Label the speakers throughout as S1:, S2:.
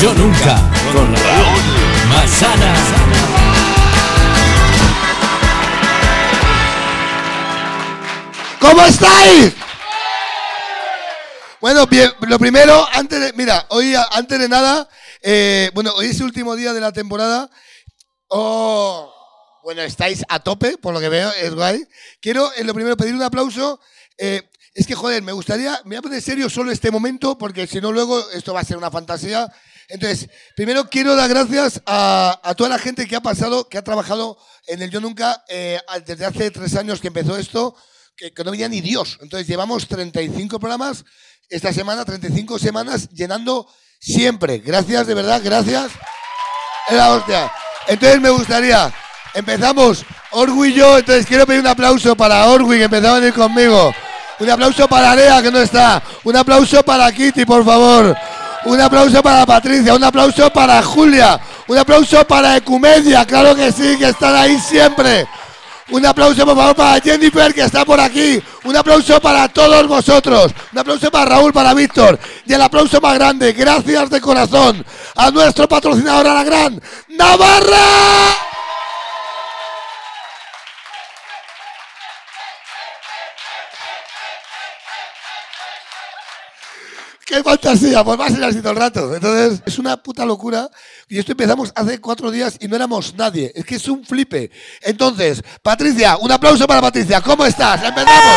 S1: Yo nunca. Con Raúl. Manzana.
S2: ¿Cómo estáis? Bueno, bien, lo primero, antes de, mira, hoy a- antes de nada, eh, bueno, hoy es el último día de la temporada. Oh, bueno, estáis a tope, por lo que veo, es guay. Quiero, eh, lo primero, pedir un aplauso. eh, es que, joder, me gustaría, me voy a poner serio solo este momento, porque si no, luego esto va a ser una fantasía. Entonces, primero quiero dar gracias a, a toda la gente que ha pasado, que ha trabajado en el Yo Nunca eh, desde hace tres años que empezó esto, que, que no venía ni Dios. Entonces, llevamos 35 programas esta semana, 35 semanas llenando siempre. Gracias, de verdad, gracias. Es la hostia. Entonces me gustaría, empezamos Orwi y yo, entonces quiero pedir un aplauso para Orwi que empezó a venir conmigo. Un aplauso para Lea que no está. Un aplauso para Kitty, por favor. Un aplauso para Patricia, un aplauso para Julia, un aplauso para Ecumedia, claro que sí, que están ahí siempre. Un aplauso por favor para Jennifer que está por aquí. Un aplauso para todos vosotros. Un aplauso para Raúl, para Víctor. Y el aplauso más grande, gracias de corazón, a nuestro patrocinador, a la gran Navarra. ¡Qué fantasía! Pues va a ser así todo el rato. Entonces, es una puta locura. Y esto empezamos hace cuatro días y no éramos nadie. Es que es un flipe. Entonces, Patricia, un aplauso para Patricia. ¿Cómo estás? ¡Empezamos!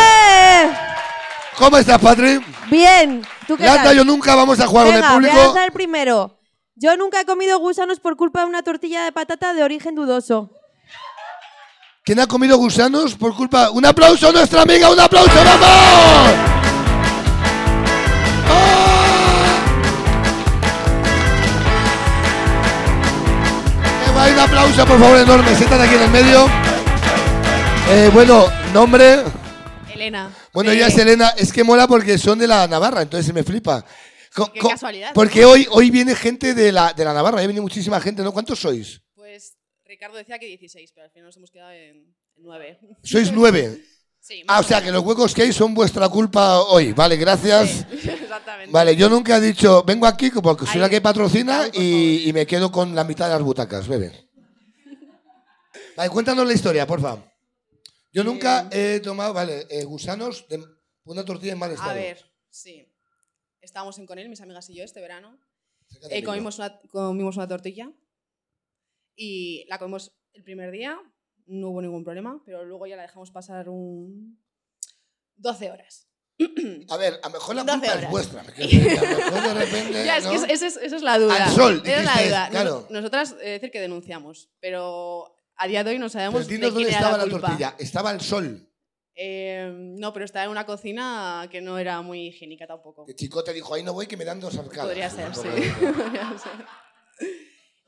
S2: ¿Cómo estás, Patri?
S3: ¡Eh! Bien, ¿tú qué
S2: Lata,
S3: tal?
S2: yo nunca vamos a jugar
S3: Venga,
S2: con el
S3: voy a
S2: público.
S3: lanzar el primero. Yo nunca he comido gusanos por culpa de una tortilla de patata de origen dudoso.
S2: ¿Quién ha comido gusanos por culpa? ¡Un aplauso a nuestra amiga! ¡Un aplauso! ¡Vamos! ¡Ah! ¡Qué guay! Un aplauso, por favor, enorme. Siéntate aquí en el medio. Eh, bueno, nombre.
S4: Elena.
S2: Bueno,
S4: de-
S2: ella es Elena. Es que mola porque son de la Navarra, entonces me flipa. Co-
S4: Qué
S2: co-
S4: casualidad,
S2: Porque hoy, hoy viene gente de la, de la Navarra. Ha venido muchísima gente, ¿no? ¿Cuántos sois?
S4: Pues Ricardo decía que 16, pero al final nos hemos quedado en 9.
S2: Sois nueve.
S4: Sí, más
S2: Ah, o sea que los huecos que hay son vuestra culpa hoy. Vale, gracias.
S4: menos. Exactamente.
S2: Vale, yo nunca he dicho, vengo aquí porque soy
S4: Ahí.
S2: la que patrocina
S4: Ahí, por
S2: y, y me quedo con la mitad de las butacas, bebé. Vale, cuéntanos la historia, por favor. Yo nunca he tomado, vale, eh, gusanos de una tortilla en mal estado.
S4: A ver, sí. Estábamos en Conil, mis amigas y yo, este verano.
S2: Acércate
S4: Eh,
S2: al micro.
S4: comimos, una, comimos una tortilla y la comimos el primer día, no hubo ningún problema, pero luego ya la dejamos pasar un 12 horas.
S2: A ver, a lo mejor la
S4: 12
S2: culpa es
S4: horas.
S2: vuestra. me quiero decir, a lo mejor de repente,
S4: Ya, es que
S2: ¿no?
S4: es- esa es, esa es la duda.
S2: Al sol,
S4: Esa es la
S2: dijisteis,
S4: duda.
S2: claro.
S4: Nos- nosotras, eh, decir que denunciamos, pero a día de hoy no
S2: Pero
S4: sabemos de
S2: dinos
S4: quién
S2: dónde
S4: era
S2: estaba
S4: la
S2: la,
S4: culpa.
S2: tortilla. Estaba el sol.
S4: Eh, no, pero estaba en una cocina que no era muy higiénica tampoco.
S2: El chico te dijo, ahí no voy, que me dan dos arcadas.
S4: Podría ser, sí. Podría ser.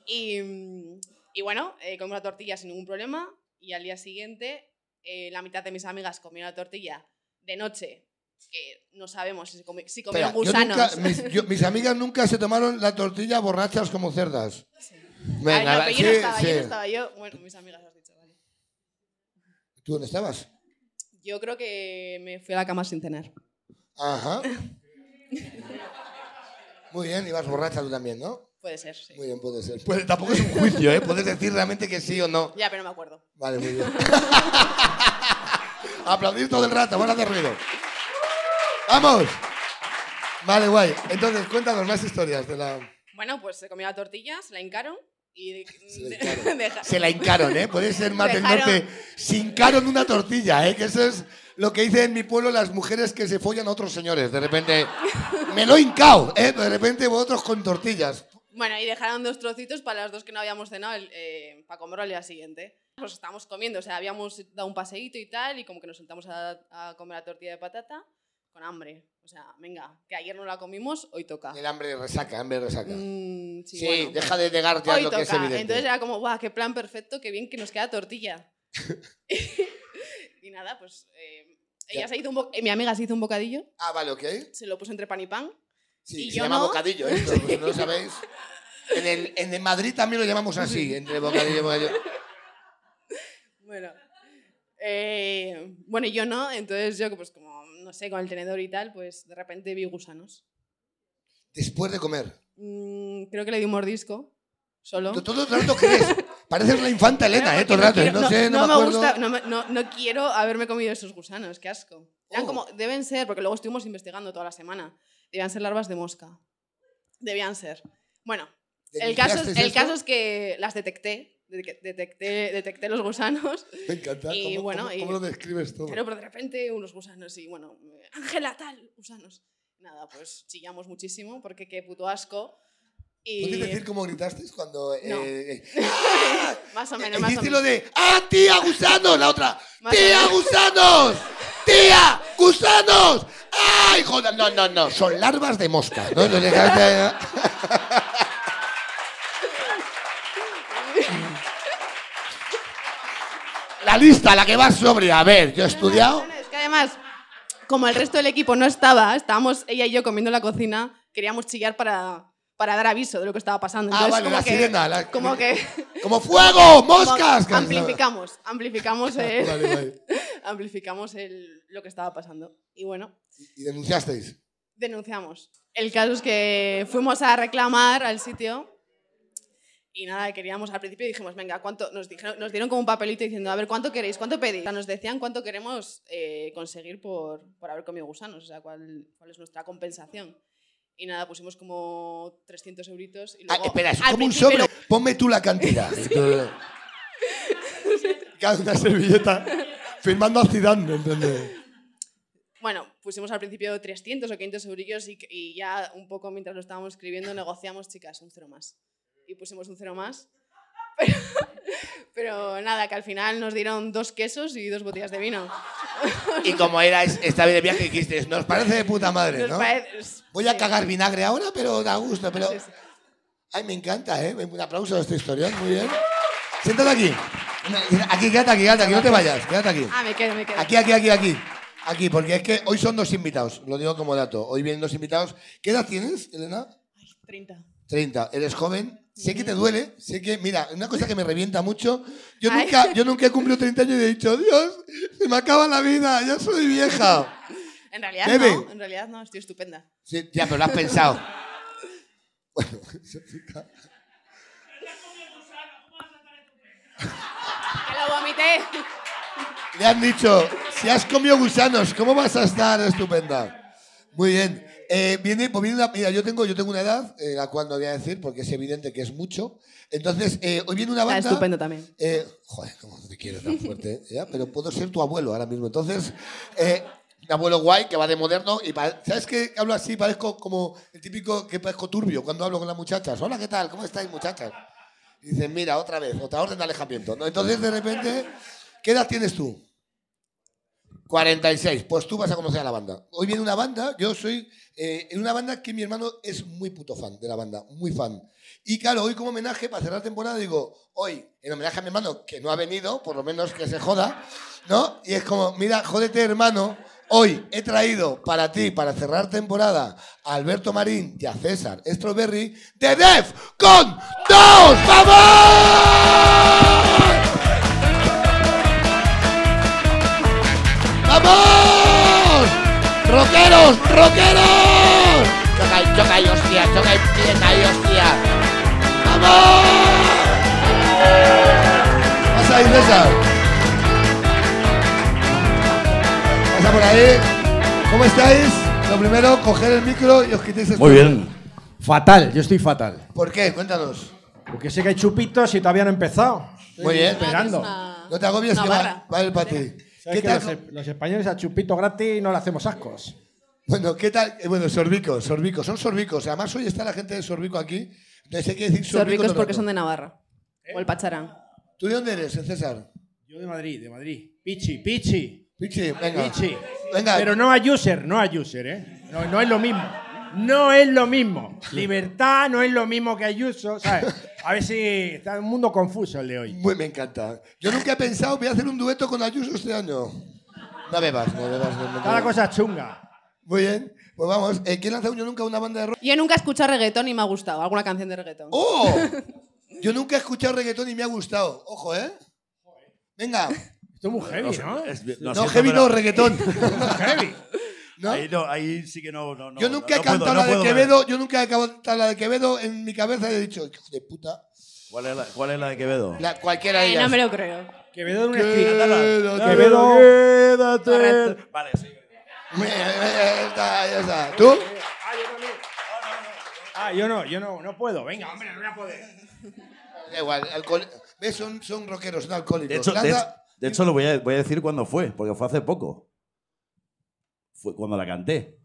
S4: Y, mm, y bueno, eh, comimos la tortilla sin ningún problema y al día siguiente eh, la mitad de mis amigas comieron la tortilla de noche, que no sabemos si, se comi- si comieron
S2: Espera, yo
S4: gusanos.
S2: nunca- mis, yo- mis amigas nunca se tomaron la tortilla borrachas como cerdas.
S4: A ver,
S2: Venga,
S4: Ah, no,
S2: va,
S4: pero
S2: sí,
S4: yo no estaba, yo
S2: sí.
S4: no estaba, yo- bueno, mis amigas has dicho, vale.
S2: ¿Tú dónde estabas?
S4: Yo creo que me fui a la cama sin cenar.
S2: Ajá. Muy bien, ibas borracha tú también, ¿no?
S4: Puede ser, sí.
S2: Muy bien, puede ser. Pues tampoco es un juicio, ¿eh? Puedes decir realmente que sí o no.
S4: Ya, pero no me acuerdo.
S2: Vale, muy bien. Aplaudir todo el rato, van a hacer ruido. ¡Vamos! Vale, guay. Entonces, cuéntanos más historias de la...
S4: Bueno, pues se comió la tortilla, se la hincaron y de-
S2: Se la
S4: de-
S2: hincaron.
S4: deja-
S2: Se la hincaron, ¿eh? Puede ser más del
S4: Dejaron-
S2: norte. Se hincaron una tortilla, ¿eh? Que eso es lo que dicen en mi pueblo las mujeres que se follan a otros señores. De repente, me lo he hincao, ¿eh? De repente vosotros con tortillas.
S4: Bueno, y dejaron dos trocitos para los dos que no habíamos cenado el- eh, para comerlo al día siguiente. Nos estábamos comiendo, o sea, habíamos dado un paseíto y tal, y como que nos sentamos a, a comer la tortilla de patata con hambre. O sea, venga, que ayer no la comimos, hoy toca.
S2: El hambre resaca, hambre resaca.
S4: Mm, sí,
S2: sí,
S4: bueno.
S2: deja de negar ya
S4: hoy
S2: lo que
S4: toca.
S2: es evidente.
S4: Entonces era como, guau, qué plan perfecto, qué bien que nos queda tortilla. y nada, pues eh, ella
S2: Ya.
S4: se hizo un bo- eh, mi amiga se hizo un bocadillo,
S2: Ah, vale, ok.
S4: se lo puso entre pan y pan.
S2: Sí,
S4: Y
S2: se
S4: yo
S2: llama
S4: no.
S2: bocadillo esto, pues, no lo sabéis. En el, en el Madrid también lo llamamos así, entre bocadillo y bocadillo.
S4: Bueno. Eh, bueno, y yo no, entonces yo pues como, no sé, con el tenedor y tal, pues de repente vi gusanos.
S2: después de comer.
S4: Mm, creo que le di un mordisco. Solo.
S2: Tú todo el rato crees. Pareces la infanta Elena,
S4: Claro,
S2: ¿eh? Todo el
S4: porque
S2: rato.
S4: quiero-
S2: No sé, no, me acuerdo.
S4: gusta, no, me- no- no quiero haberme comido esos gusanos, qué asco.
S2: Oh.
S4: Eran como, deben ser, porque luego estuvimos investigando toda la semana, debían ser larvas de mosca. Debían ser. Bueno, el caso, es-
S2: ¿Denunciasteis
S4: el
S2: esto?
S4: caso es que las detecté, de- detecté, detecté los gusanos,
S2: Me encanta.
S4: y
S2: ¿Cómo,
S4: bueno,
S2: cómo-
S4: y-
S2: cómo lo describes todo?
S4: pero de repente unos gusanos y bueno, Ángela tal, gusanos. Nada, pues chillamos muchísimo porque qué puto asco. Y
S2: ¿Puedes decir cómo gritaste cuando... eh,
S4: No.
S2: eh,
S4: más o menos, más o
S2: Hiciste
S4: menos.
S2: lo de ¡Ah, tía, gusanos! La otra
S4: Más
S2: ¡Tía,
S4: o menos.
S2: gusanos! ¡Tía, gusanos! ¡Ay, joder! No, no, no. Son larvas de mosca. ¿no? No, no, no, no. La lista, la que va sobre. A ver, yo he estudiado.
S4: Bueno, es que además, como el resto del equipo no estaba, estábamos ella y yo comiendo en la cocina, queríamos chillar para, para dar aviso de lo que estaba pasando.
S2: Ah,
S4: Entonces,
S2: vale,
S4: como
S2: la
S4: que,
S2: sirena, la-
S4: Como que...
S2: Como fuego, moscas.
S4: como amplificamos, amplificamos, el,
S2: Vale, vale.
S4: amplificamos el- lo que estaba pasando. Y bueno,
S2: Y denunciasteis.
S4: denunciamos. El caso es que fuimos a reclamar al sitio y nada, queríamos al principio dijimos, venga, ¿cuánto? Nos, dijeron, nos dieron como un papelito diciendo, a ver, ¿cuánto queréis? ¿Cuánto pedís? O sea, nos decían cuánto queremos eh, conseguir por, por haber comido gusanos, o sea, cuál, cuál es nuestra compensación. Y nada, pusimos como 300 euritos y
S2: Ah,
S4: luego...
S2: espera, es
S4: al
S2: como un
S4: principio
S2: sobre.
S4: lo-
S2: Ponme tú la cantidad. Entonces, cada una servilleta firmando a Zidane, ¿entiendes?
S4: Bueno, pusimos al principio 300 o 500 eurillos y, y ya un poco mientras lo estábamos escribiendo negociamos, chicas, un cero más. Y pusimos un cero más. Pero, pero nada, que al final nos dieron dos quesos y dos botellas de vino.
S2: Y como era es- esta vez de viaje, dijiste, nos parece de puta madre,
S4: Nos
S2: ¿no?
S4: parece-
S2: Voy a
S4: sí,
S2: cagar vinagre ahora, pero da gusto. Pero...
S4: sí, sí.
S2: Ay, me encanta, ¿eh? Un aplauso a este historión, muy bien. Siéntate aquí. Aquí, quédate aquí, quédate aquí, no te vayas, quédate aquí.
S4: Ah, me quedo, me quedo.
S2: Aquí, aquí, aquí, aquí. Aquí, porque es que hoy son dos invitados, lo digo como dato. Hoy vienen dos invitados. ¿Qué edad tienes, Elena?
S4: 30.
S2: 30, eres joven, sé que te duele, sé que, mira, una cosa que me revienta mucho, yo
S4: Ay.
S2: nunca, yo nunca he cumplido 30 años y he dicho, Dios, se me acaba la vida, ya soy vieja.
S4: En realidad
S2: Bebe.
S4: no, en realidad no, estoy estupenda.
S2: Sí, ya, pero lo has pensado. Bueno, eso sí, claro.
S4: ¡Que lo vomité!
S2: le han dicho, si has comido gusanos, ¿cómo vas a estar estupenda? Muy bien. Eh, viene, pues viene una- mira, yo tengo, yo tengo una edad, eh, la cual no voy a decir porque es evidente que es mucho. Entonces, eh, hoy viene una
S4: Está
S2: banda...
S4: estupendo también.
S2: Eh, joder, cómo te quiero tan fuerte. ¿eh? Ya, Pero puedo ser tu abuelo ahora mismo. Entonces, eh, un abuelo guay que va de moderno y pare- ¿sabes que hablo así? Parezco como el típico que parezco turbio cuando hablo con las muchachas. Hola, ¿qué tal? ¿Cómo estáis, muchachas? Y dicen, mira, otra vez, otra orden de alejamiento. ¿no? Entonces, de repente, ¿qué edad tienes tú? 46. Pues tú vas a conocer a la banda. Hoy viene una banda, yo soy eh, en una banda que mi hermano es muy puto fan de la banda, muy fan. Y claro, hoy como homenaje, para cerrar temporada, digo, hoy, en homenaje a mi hermano, que no ha venido, por lo menos que se joda, ¿no? Y es como, mira, jódete hermano, hoy he traído para ti, para cerrar temporada, a Alberto Marín y a César Strawberry de Def con dos, ¡vamos! ¡Vamos! ¡Roqueros! ¡Roqueros! Choca y choca y hostia, choca y pierna y hostia. ¡Vamos! Pasa ahí, César. Pasa por ahí. ¿Cómo estáis? Lo primero, coger el micro y os quitéis esto.
S5: Muy bien. Fatal, yo estoy fatal.
S2: ¿Por qué? Cuéntanos.
S5: Porque sé que hay chupitos y todavía no he empezado.
S2: Muy bien.
S5: Esperando.
S2: No te agobies
S4: Una
S2: que va,
S4: barra.
S2: va a ir para ti. ¿Qué
S5: ¿Sabes que
S2: tal?
S5: los, e- los españoles a chupito gratis no le hacemos ascos?
S2: Bueno, ¿qué tal? Eh, Bueno, sorbicos, sorbicos, son sorbicos. Además, hoy está la gente de sorbico aquí. Entonces hay que decir sorbico.
S4: Sorbicos porque son de Navarra. O el pacharán.
S2: ¿Tú de dónde eres, eh, César?
S5: Yo de Madrid, de Madrid. Pichi, pichi,
S2: Pichi, venga.
S5: pichi.
S2: Venga.
S5: Pero no a user, no a user, ¿eh? No, no es lo mismo. No es lo mismo. Libertad no es lo mismo que Ayuso, ¿sabes? A ver si está un mundo confuso el de hoy.
S2: Muy, me encanta. Yo nunca he pensado, voy a hacer un dueto con Ayuso este año. No bebas, no bebas. No, no,
S5: Está la
S2: no.
S5: cosa chunga.
S2: Muy bien, pues vamos. Eh, ¿Quién ha lanzado yo nunca una banda de rock?
S4: Yo nunca he escuchado reggaetón y me ha gustado, alguna canción de reggaetón.
S2: ¡Oh! Yo nunca he escuchado reggaetón y me ha gustado. Ojo, ¿eh? Venga.
S5: Esto es muy heavy, ¿no?
S2: No, heavy no, reggaetón.
S5: Heavy.
S2: ¿no?
S6: Ahí, no, ahí sí que no. no, no,
S2: yo nunca he
S6: no puedo,
S2: cantado
S6: no
S2: la de
S6: puedo.
S2: Quevedo, yo nunca he cantado la de Quevedo en mi cabeza y he dicho, hijo de puta.
S6: ¿Cuál es la, cuál es la de Quevedo?
S2: La- cualquiera de
S4: Eh, no
S2: ellas.
S4: me lo creo.
S5: Quevedo en un esquí.
S2: Quédate.
S5: Quevedo.
S6: Quédate.
S4: Correcto.
S6: Vale, sí.
S2: Ya está, ya está. ¿Tú?
S5: Ah, yo también. Ah, yo no, yo no, no puedo. Venga, hombre, no voy a poder.
S2: Da igual, alcohol- ¿Ves? Son, son rockeros, no alcohólicos.
S6: De hecho, de,
S2: Lanza-
S6: de hecho lo voy a, voy a decir cuándo fue, porque fue hace poco. Fue cuando la canté.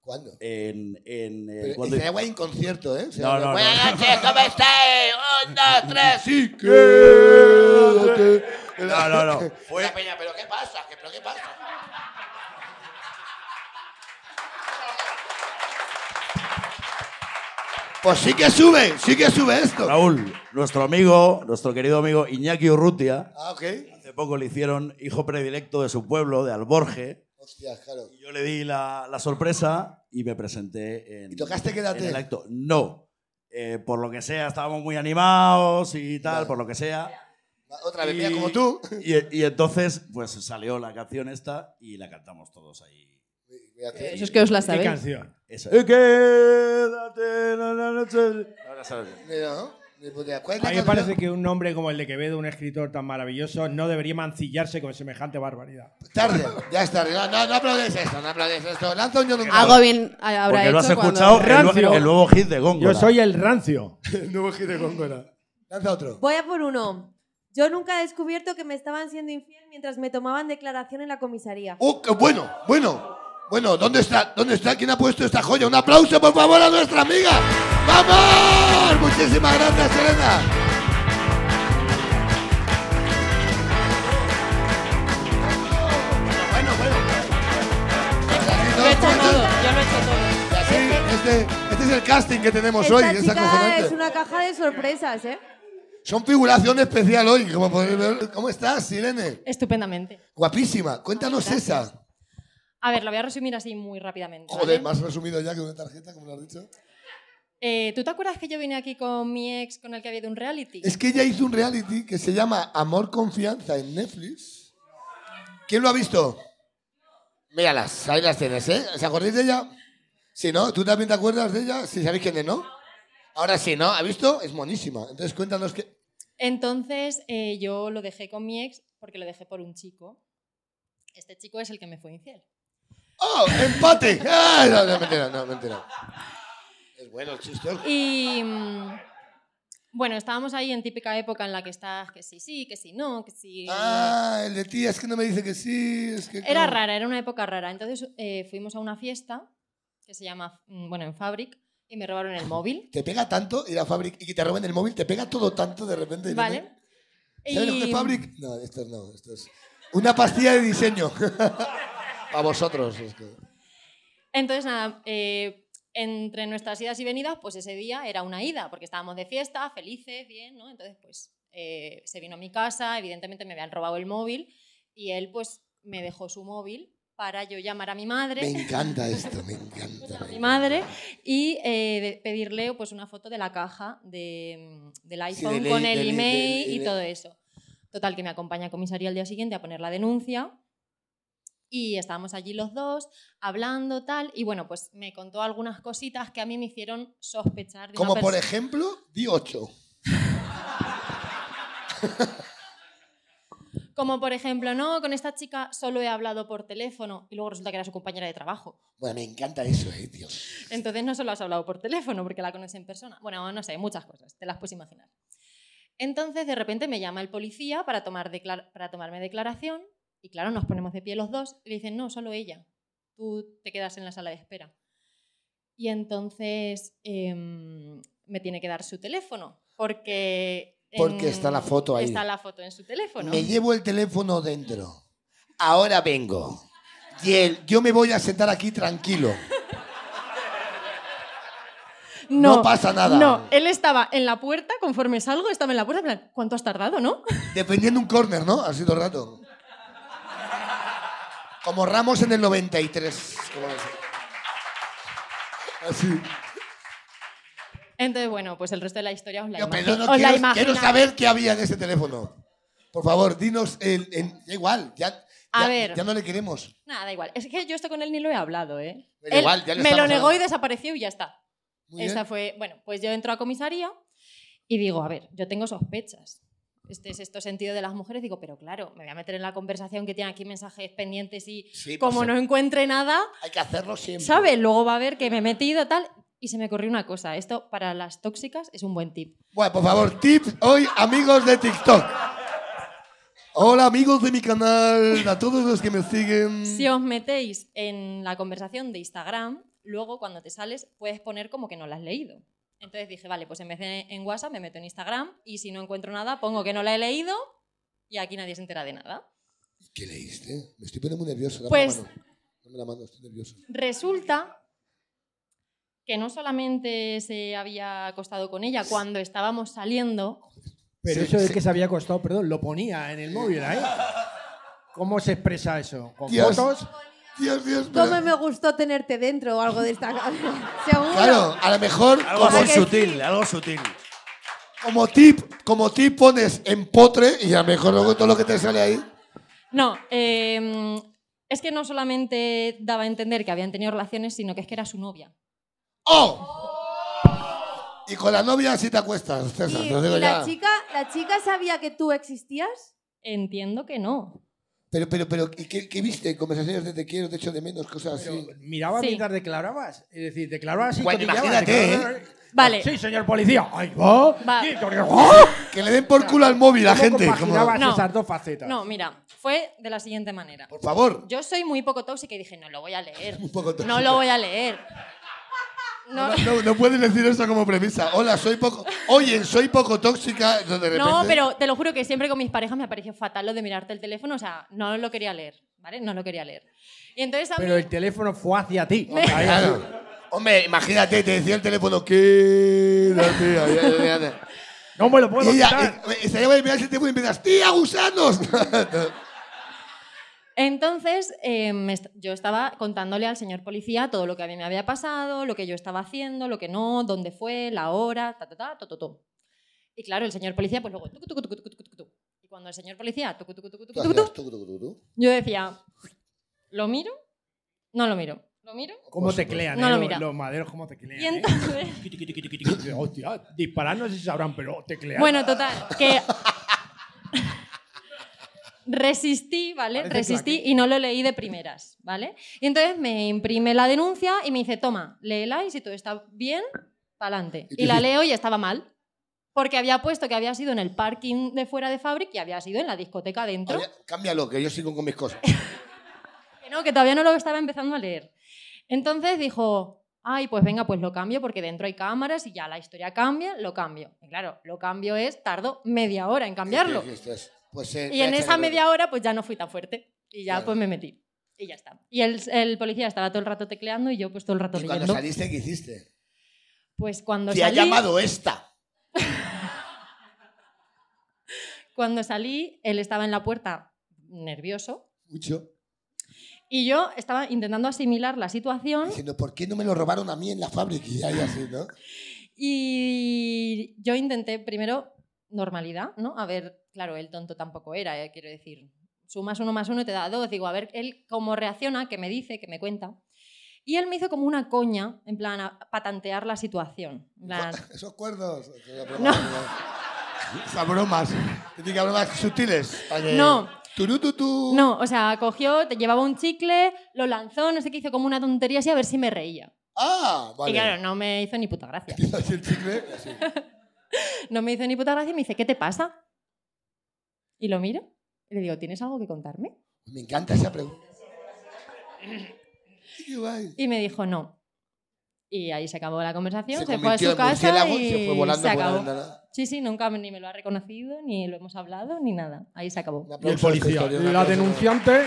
S2: ¿Cuándo?
S6: En, en, eh,
S2: Pero
S6: cuando-
S2: Sería guay en concierto, ¿eh? Sería
S6: No,
S2: guay.
S6: no, no.
S2: Buenas noches, ¿cómo estáis? Un, dos, tres. Sí, quédate.
S6: No, no, no. Fue-
S2: La peña, ¿pero qué pasa? ¿Qué- ¿Pero qué pasa? Pues sí que sube, sí que sube esto.
S6: Raúl, nuestro amigo, nuestro querido amigo Iñaki Urrutia,
S2: Ah, ok.
S6: hace poco le hicieron hijo predilecto de su pueblo, de Alborge.
S2: Hostia, claro.
S6: Y yo le di la, la sorpresa y me presenté en.
S2: ¿Y tocaste Quédate?
S6: en el acto. No. Eh, por lo que sea, estábamos muy animados y tal,
S2: Vale.
S6: por lo que sea.
S2: Otra vez,
S6: Y-
S2: mira, como tú.
S6: Y, y entonces, pues salió la canción esta y la cantamos todos ahí.
S2: Fíjate.
S4: Eso es que os la
S5: ¿Qué
S4: sabéis.
S5: canción?
S6: Esa. Eh, Quédate la la noche. Ahora sabes.
S2: Mira, ¿no? Ni puta idea. ¿Cuál es
S5: A
S2: la
S5: mí me
S2: canción?
S5: parece que un hombre como el de Quevedo, un escritor tan maravilloso, no debería mancillarse con semejante barbaridad.
S2: Tarde, ya es tarde. No, no, no aplaudes esto, no aplaudes esto. Lanza un yo nunca.
S4: Algo bien habrá
S6: Porque
S4: hecho
S6: no has
S4: cuando-
S6: escuchado el, nu-
S5: Rancio.
S6: el nuevo hit de Góngora.
S5: Yo soy el rancio.
S2: Nuevo hit de Góngora. Lanza otro.
S3: Voy a por uno. Yo nunca he descubierto que me estaban siendo infiel mientras me tomaban declaración en la comisaría.
S2: ¡Uh, qué bueno, bueno! Bueno, ¿dónde está? ¿Dónde está? ¿Quién ha puesto esta joya? Un aplauso, por favor, a nuestra amiga. ¡Vamos! Muchísimas gracias, Elena. Bueno, bueno.
S4: Lo he hecho todo, yo lo he hecho todo.
S2: Y así, este, este es el casting que tenemos
S3: Esta
S2: hoy. Es
S4: ah,
S3: chica
S2: acojonante.
S3: es una caja de sorpresas, ¿eh?
S2: Son figuración especial hoy, como podéis ver. ¿Cómo estás, Irene?
S7: Estupendamente.
S2: Guapísima. Cuéntanos esa.
S7: A ver, la voy a resumir así muy rápidamente. ¿vale?
S2: Joder, más resumido ya que una tarjeta, como lo has dicho.
S7: Eh, ¿Tú te acuerdas que yo vine aquí con mi ex con el que había de un reality?
S2: Es que ella hizo un reality que se llama Amor Confianza en Netflix. ¿Quién lo ha visto? Míralas, ahí las tienes, ¿eh? ¿Os acordáis de ella? Si no, ¿tú también te acuerdas de ella? Si sabéis quién es, ¿no? Ahora sí, ¿no? ¿Ha visto? Es monísima. Entonces cuéntanos que...
S7: Entonces eh, yo lo dejé con mi ex porque lo dejé por un chico. Este chico es el que me fue infiel.
S2: ¡Oh, empate! ¡Ah! No, no, mentira, no, mentira. Es bueno el chiste.
S7: Y mm, bueno, estábamos ahí en típica época en la que estás que sí, sí, que sí, no, que sí.
S2: Ah, el de ti, es que no me dice que sí, es que...
S7: Era
S2: no.
S7: rara, era una época rara. Entonces eh, fuimos a una fiesta que se llama, mm, bueno, en Fabric y me robaron el móvil.
S2: Te pega tanto ir a Fabric y que te roben el móvil, te pega todo tanto de repente.
S7: ¿Vale?
S2: ¿Sabes lo que es
S7: Y-
S2: Fabric? No, esto no, esto es una pastilla de diseño. a vosotros. es que-
S7: Entonces, nada, eh, entre nuestras idas y venidas, pues ese día era una ida, porque estábamos de fiesta, felices, bien, ¿no? Entonces, pues eh, se vino a mi casa, evidentemente me habían robado el móvil y él, pues, me dejó su móvil para yo llamar a mi madre.
S2: Me encanta esto, me encanta.
S7: a
S2: me
S7: mi madre y eh, de- pedirle pues una foto de la caja de, mm, del iPhone
S2: del- e-,
S7: con el
S2: del-
S7: email
S2: del-
S7: y
S2: del-
S7: todo eso. Total, que me acompaña a comisaría al día siguiente a poner la denuncia y estábamos allí los dos hablando tal y bueno, pues me contó algunas cositas que a mí me hicieron sospechar de una
S2: Como por
S7: perso-
S2: ejemplo, di 8.
S7: como por ejemplo, no, con esta chica solo he hablado por teléfono y luego resulta que era su compañera de trabajo.
S2: Bueno, me encanta eso, eh, Dios.
S7: Entonces no solo has hablado por teléfono porque la conoces en persona. Bueno, no sé, muchas cosas, te las puedes imaginar. Entonces de repente me llama el policía para, tomar declar- para tomarme declaración y claro, nos ponemos de pie los dos y le dicen, no, solo ella, tú te quedas en la sala de espera. Y entonces em, me tiene que dar su teléfono porque...
S2: Porque está la foto ahí.
S7: Está la foto en su teléfono.
S2: Me llevo el teléfono dentro. Ahora vengo. Y él, yo me voy a sentar aquí tranquilo. no pasa nada.
S7: No, él estaba en la puerta, conforme salgo, estaba en la puerta, en plan, ¿cuánto has tardado, no?
S2: Defendiendo un córner, ¿no? Ha sido rato. Como Ramos en el 93. como así. Así.
S7: Entonces, bueno, pues el resto de la historia os la,
S2: Yo,
S7: imagi-
S2: pero no
S7: os Eh, la
S2: quiero,
S7: imagináis.
S2: quiero saber qué había en ese teléfono. Por favor, dinos el. el- da igual, ya, ya-
S7: A ver.
S2: ya no le queremos.
S7: Nada, da igual. Es que yo esto con él ni lo he hablado, ¿eh?
S2: Pero
S7: Él
S2: igual, ya le
S7: me lo
S2: estamos
S7: negó y
S2: hablando.
S7: desapareció y ya está.
S2: Muy
S7: Esa
S2: bien.
S7: fue, bueno, pues yo entro a comisaría y digo, a ver, yo tengo sospechas. Este sexto sentido de las mujeres, digo, pero claro, me voy a meter en la conversación que tiene aquí mensajes pendientes y
S2: Sí, pues,
S7: como
S2: eh,
S7: no encuentre nada,
S2: Hay que hacerlo siempre.
S7: ¿sabes? Luego va a ver que me he metido tal. Y se me ocurrió una cosa, esto para las tóxicas es un buen tip.
S2: Bueno, por favor, tips hoy, amigos de TikTok. Hola, amigos de mi canal, a todos los que me siguen.
S7: Si os metéis en la conversación de Instagram, luego cuando te sales puedes poner como que no la has leído. Entonces dije, vale, pues en vez de en WhatsApp me meto en Instagram y si no encuentro nada pongo que no la he leído y aquí nadie se entera de nada.
S2: ¿Qué leíste? Me estoy poniendo muy nervioso. Dame
S7: Pues-
S2: la mano. Dame la mano, estoy nervioso.
S7: Resulta que no solamente se había acostado con ella cuando estábamos saliendo,
S5: Pero
S2: Sí,
S5: eso de
S2: sí.
S5: que se había acostado, perdón, lo ponía en el móvil ahí. ¿Cómo se expresa eso? ¿Con
S2: Dios.
S5: fotos?
S2: Dios, Dios, pero-
S3: ¿Cómo me gustó tenerte dentro o algo de esta Seguro.
S2: Claro, a lo mejor
S6: Algo
S2: como,
S3: ¿A
S6: muy
S3: que sí?
S6: sutil, algo sutil.
S2: como tip, como tip pones en potre y a lo mejor luego todo lo que te sale ahí.
S7: No, eh, es que no solamente daba a entender que habían tenido relaciones, sino que es que era su novia.
S2: ¡Oh! Y con la novia sí te acuestas,
S3: ¿Y,
S2: César, te lo digo
S3: y la,
S2: ya.
S3: chica, la chica sabía que tú existías?
S7: Entiendo que no.
S2: Pero, pero, pero, ¿y ¿qué, qué viste? Conversaciones de te quiero, te echo de menos, cosas así.
S5: ¿Mirabas
S7: Sí.
S5: mientras declarabas? Es decir, declarabas y
S2: Bueno,
S5: cotillabas,
S2: imagínate,
S5: declarabas-
S7: Vale.
S5: Ah, Sí, señor policía. ¡Ay, va!
S7: Va.
S5: Sí, porque- ¡Oh!
S2: Que le den por culo al móvil la
S5: ¿Cómo
S2: gente. como-
S5: compaginabas
S7: No.
S5: esas dos facetas?
S7: No, mira, fue de la siguiente manera.
S2: por favor.
S7: Yo soy muy poco tóxica y dije, no lo voy a leer.
S2: Muy poco
S7: No
S2: tóxica.
S7: lo voy a leer. No,
S2: No, no- no puedes decir eso como premisa. Hola, soy poco. Oye, soy poco tóxica. De repente,
S7: No, pero te lo juro que siempre con mis parejas me pareció fatal lo de mirarte el teléfono, o sea, no lo quería leer, ¿vale? No lo quería leer. Y entonces a mí-
S5: Pero el teléfono fue hacia ti. Ahí,
S2: Claro. Hombre, imagínate, te decía el teléfono, quédate. ahí, ahí, ahí, ahí.
S5: No me lo puedo
S2: Y ella,
S5: quitar.
S2: eh, se lleva el mirarse el teléfono y empiezas, ¡tía, gusanos!
S7: Entonces, eh, me est- yo estaba contándole al señor policía todo lo que a mí me había pasado, lo que yo estaba haciendo, lo que no, dónde fue, la hora, ta, ta, ta, to, to, to. Y claro, el señor policía, pues luego, tucu, tucu, tucu, tucu, tucu, tucu. Y cuando el señor policía, tucu, tucu, tucu, tucu, tucu, tucu, yo decía, ¿lo miro? No lo miro. ¿Lo miro?
S5: ¿Cómo teclean?
S7: No
S5: eh,
S7: lo
S5: los-
S7: mira.
S5: Los maderos, ¿cómo teclean?
S7: Y
S5: eh?
S7: entonces...
S5: Tiqui, tiqui, tiqui, tiqui, tiqui. Hostia, disparar no sé si sabrán, pero teclear.
S7: Bueno, total, que resistí, ¿vale?
S5: Parece
S7: resistí
S5: claque.
S7: y no lo leí de primeras, ¿vale? Y entonces me imprime la denuncia y me dice, toma, léela y si todo está bien, pa'lante.
S2: ¿Y qué
S7: Y la
S2: hiciste?
S7: leo y estaba mal. Porque había puesto que había sido en el parking de fuera de Fabric y había sido en la discoteca dentro.
S2: Oye, cámbialo, que yo sigo con mis cosas.
S7: Que no, que todavía no lo estaba empezando a leer. Entonces dijo, ay, pues venga, pues lo cambio porque dentro hay cámaras y ya la historia cambia, lo cambio. Y claro, lo cambio es, tardo media hora en cambiarlo.
S2: Pues, eh,
S7: Y en
S2: me
S7: esa
S2: echa-
S7: media hora pues ya no fui tan fuerte y ya
S2: Claro.
S7: pues me metí y ya está. Y el, el policía estaba todo el rato tecleando y yo pues todo el rato
S2: ¿Y cuando
S7: leyendo.
S2: saliste, qué hiciste?
S7: Pues cuando
S2: Te ha
S7: salí,
S2: llamado esta.
S7: cuando salí él estaba en la puerta nervioso
S2: Mucho.
S7: y yo estaba intentando asimilar la situación
S2: Diciendo, ¿por qué no me lo robaron a mí en la fábrica? Y ahí así, ¿no?
S7: y yo intenté primero normalidad, ¿no? A ver, claro, el tonto tampoco era, eh, quiero decir, sumas uno más uno y te da dos, digo, a ver, él cómo reacciona, que me dice, que me cuenta. Y él me hizo como una coña, en plan, a- patantear la situación. En plan,
S2: Esos cuerdos. Esa broma, Esas bromas. Típicas bromas sutiles. para que-
S7: No.
S2: Turú, tú, tú.
S7: No, o sea, cogió, te llevaba un chicle, lo lanzó, no sé qué, hizo como una tontería así a ver si me reía.
S2: Ah, vale.
S7: Y claro, no me hizo ni puta gracia.
S2: Empieza así el chicle. y así.
S7: No me hizo ni puta gracia y me dice, ¿qué te pasa? Y lo miro y le digo, ¿tienes algo que contarme?
S2: Me encanta esa pregunta. Qué guay.
S7: Y me dijo, no. Y ahí se acabó la conversación, se, fue a
S2: convirtió
S7: su
S2: en
S7: casa
S2: murciélago
S7: y
S2: se fue volando
S7: se
S2: por la
S7: acabó.
S2: ventana.
S7: sí, sí, nunca ni me lo ha reconocido, ni lo hemos hablado, ni nada. Ahí se acabó.
S2: Un
S5: Y el
S2: aplauso a esta
S5: policía.
S2: historia, un
S5: La
S2: aplauso.
S5: denunciante.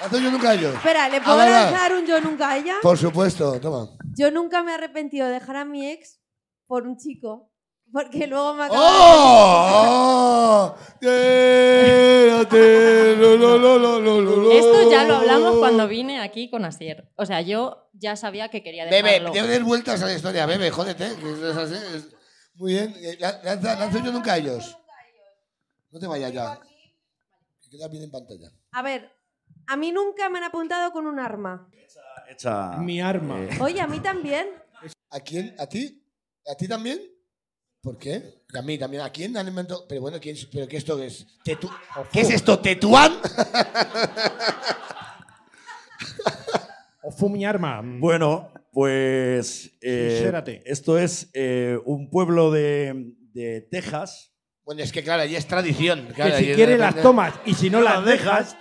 S2: Hazlo yo nunca yo.
S3: Espera, ¿le
S2: A
S3: puedo
S2: ver, va.
S3: lanzar un yo nunca a ella?
S2: Ah, Por supuesto, toma.
S3: Yo nunca me he arrepentido de dejar a mi ex por un chico. Porque luego me acaba
S2: ¡Oh! ¡Oh! Quédate, lo, lo, lo, lo, lo, lo, lo.
S7: Esto ya lo hablamos cuando vine aquí con Asier. O sea, yo ya sabía que quería
S2: Bebe,
S7: dejarlo.
S2: debe dar vueltas a la historia, bebe, jódete. que es así, es- Muy bien, eh, la- lanza, lanzo yo nunca a ellos. No te vayas ya. Que queda bien en pantalla.
S3: A ver, a mí nunca me han apuntado con un arma.
S6: Hecha.
S5: Mi arma.
S6: Eh,
S3: Oye, a mí también.
S2: ¿A quién? ¿A ti? ¿A ti también? ¿Por qué? Y A mí también. ¿A quién han inventado? Pero bueno, ¿quién, pero ¿qué esto es? ¿Tetu- ¿Qué es esto? ¿Tetuán?
S5: O fue mi arma.
S6: Bueno, pues. eh,
S5: Sincérate.
S6: esto es eh, un pueblo de, de Texas.
S2: Bueno, es que claro, allí es tradición.
S5: que
S2: claro, allí
S5: si
S2: de
S5: quieres las
S2: repente-
S5: tomas y si no las dejas,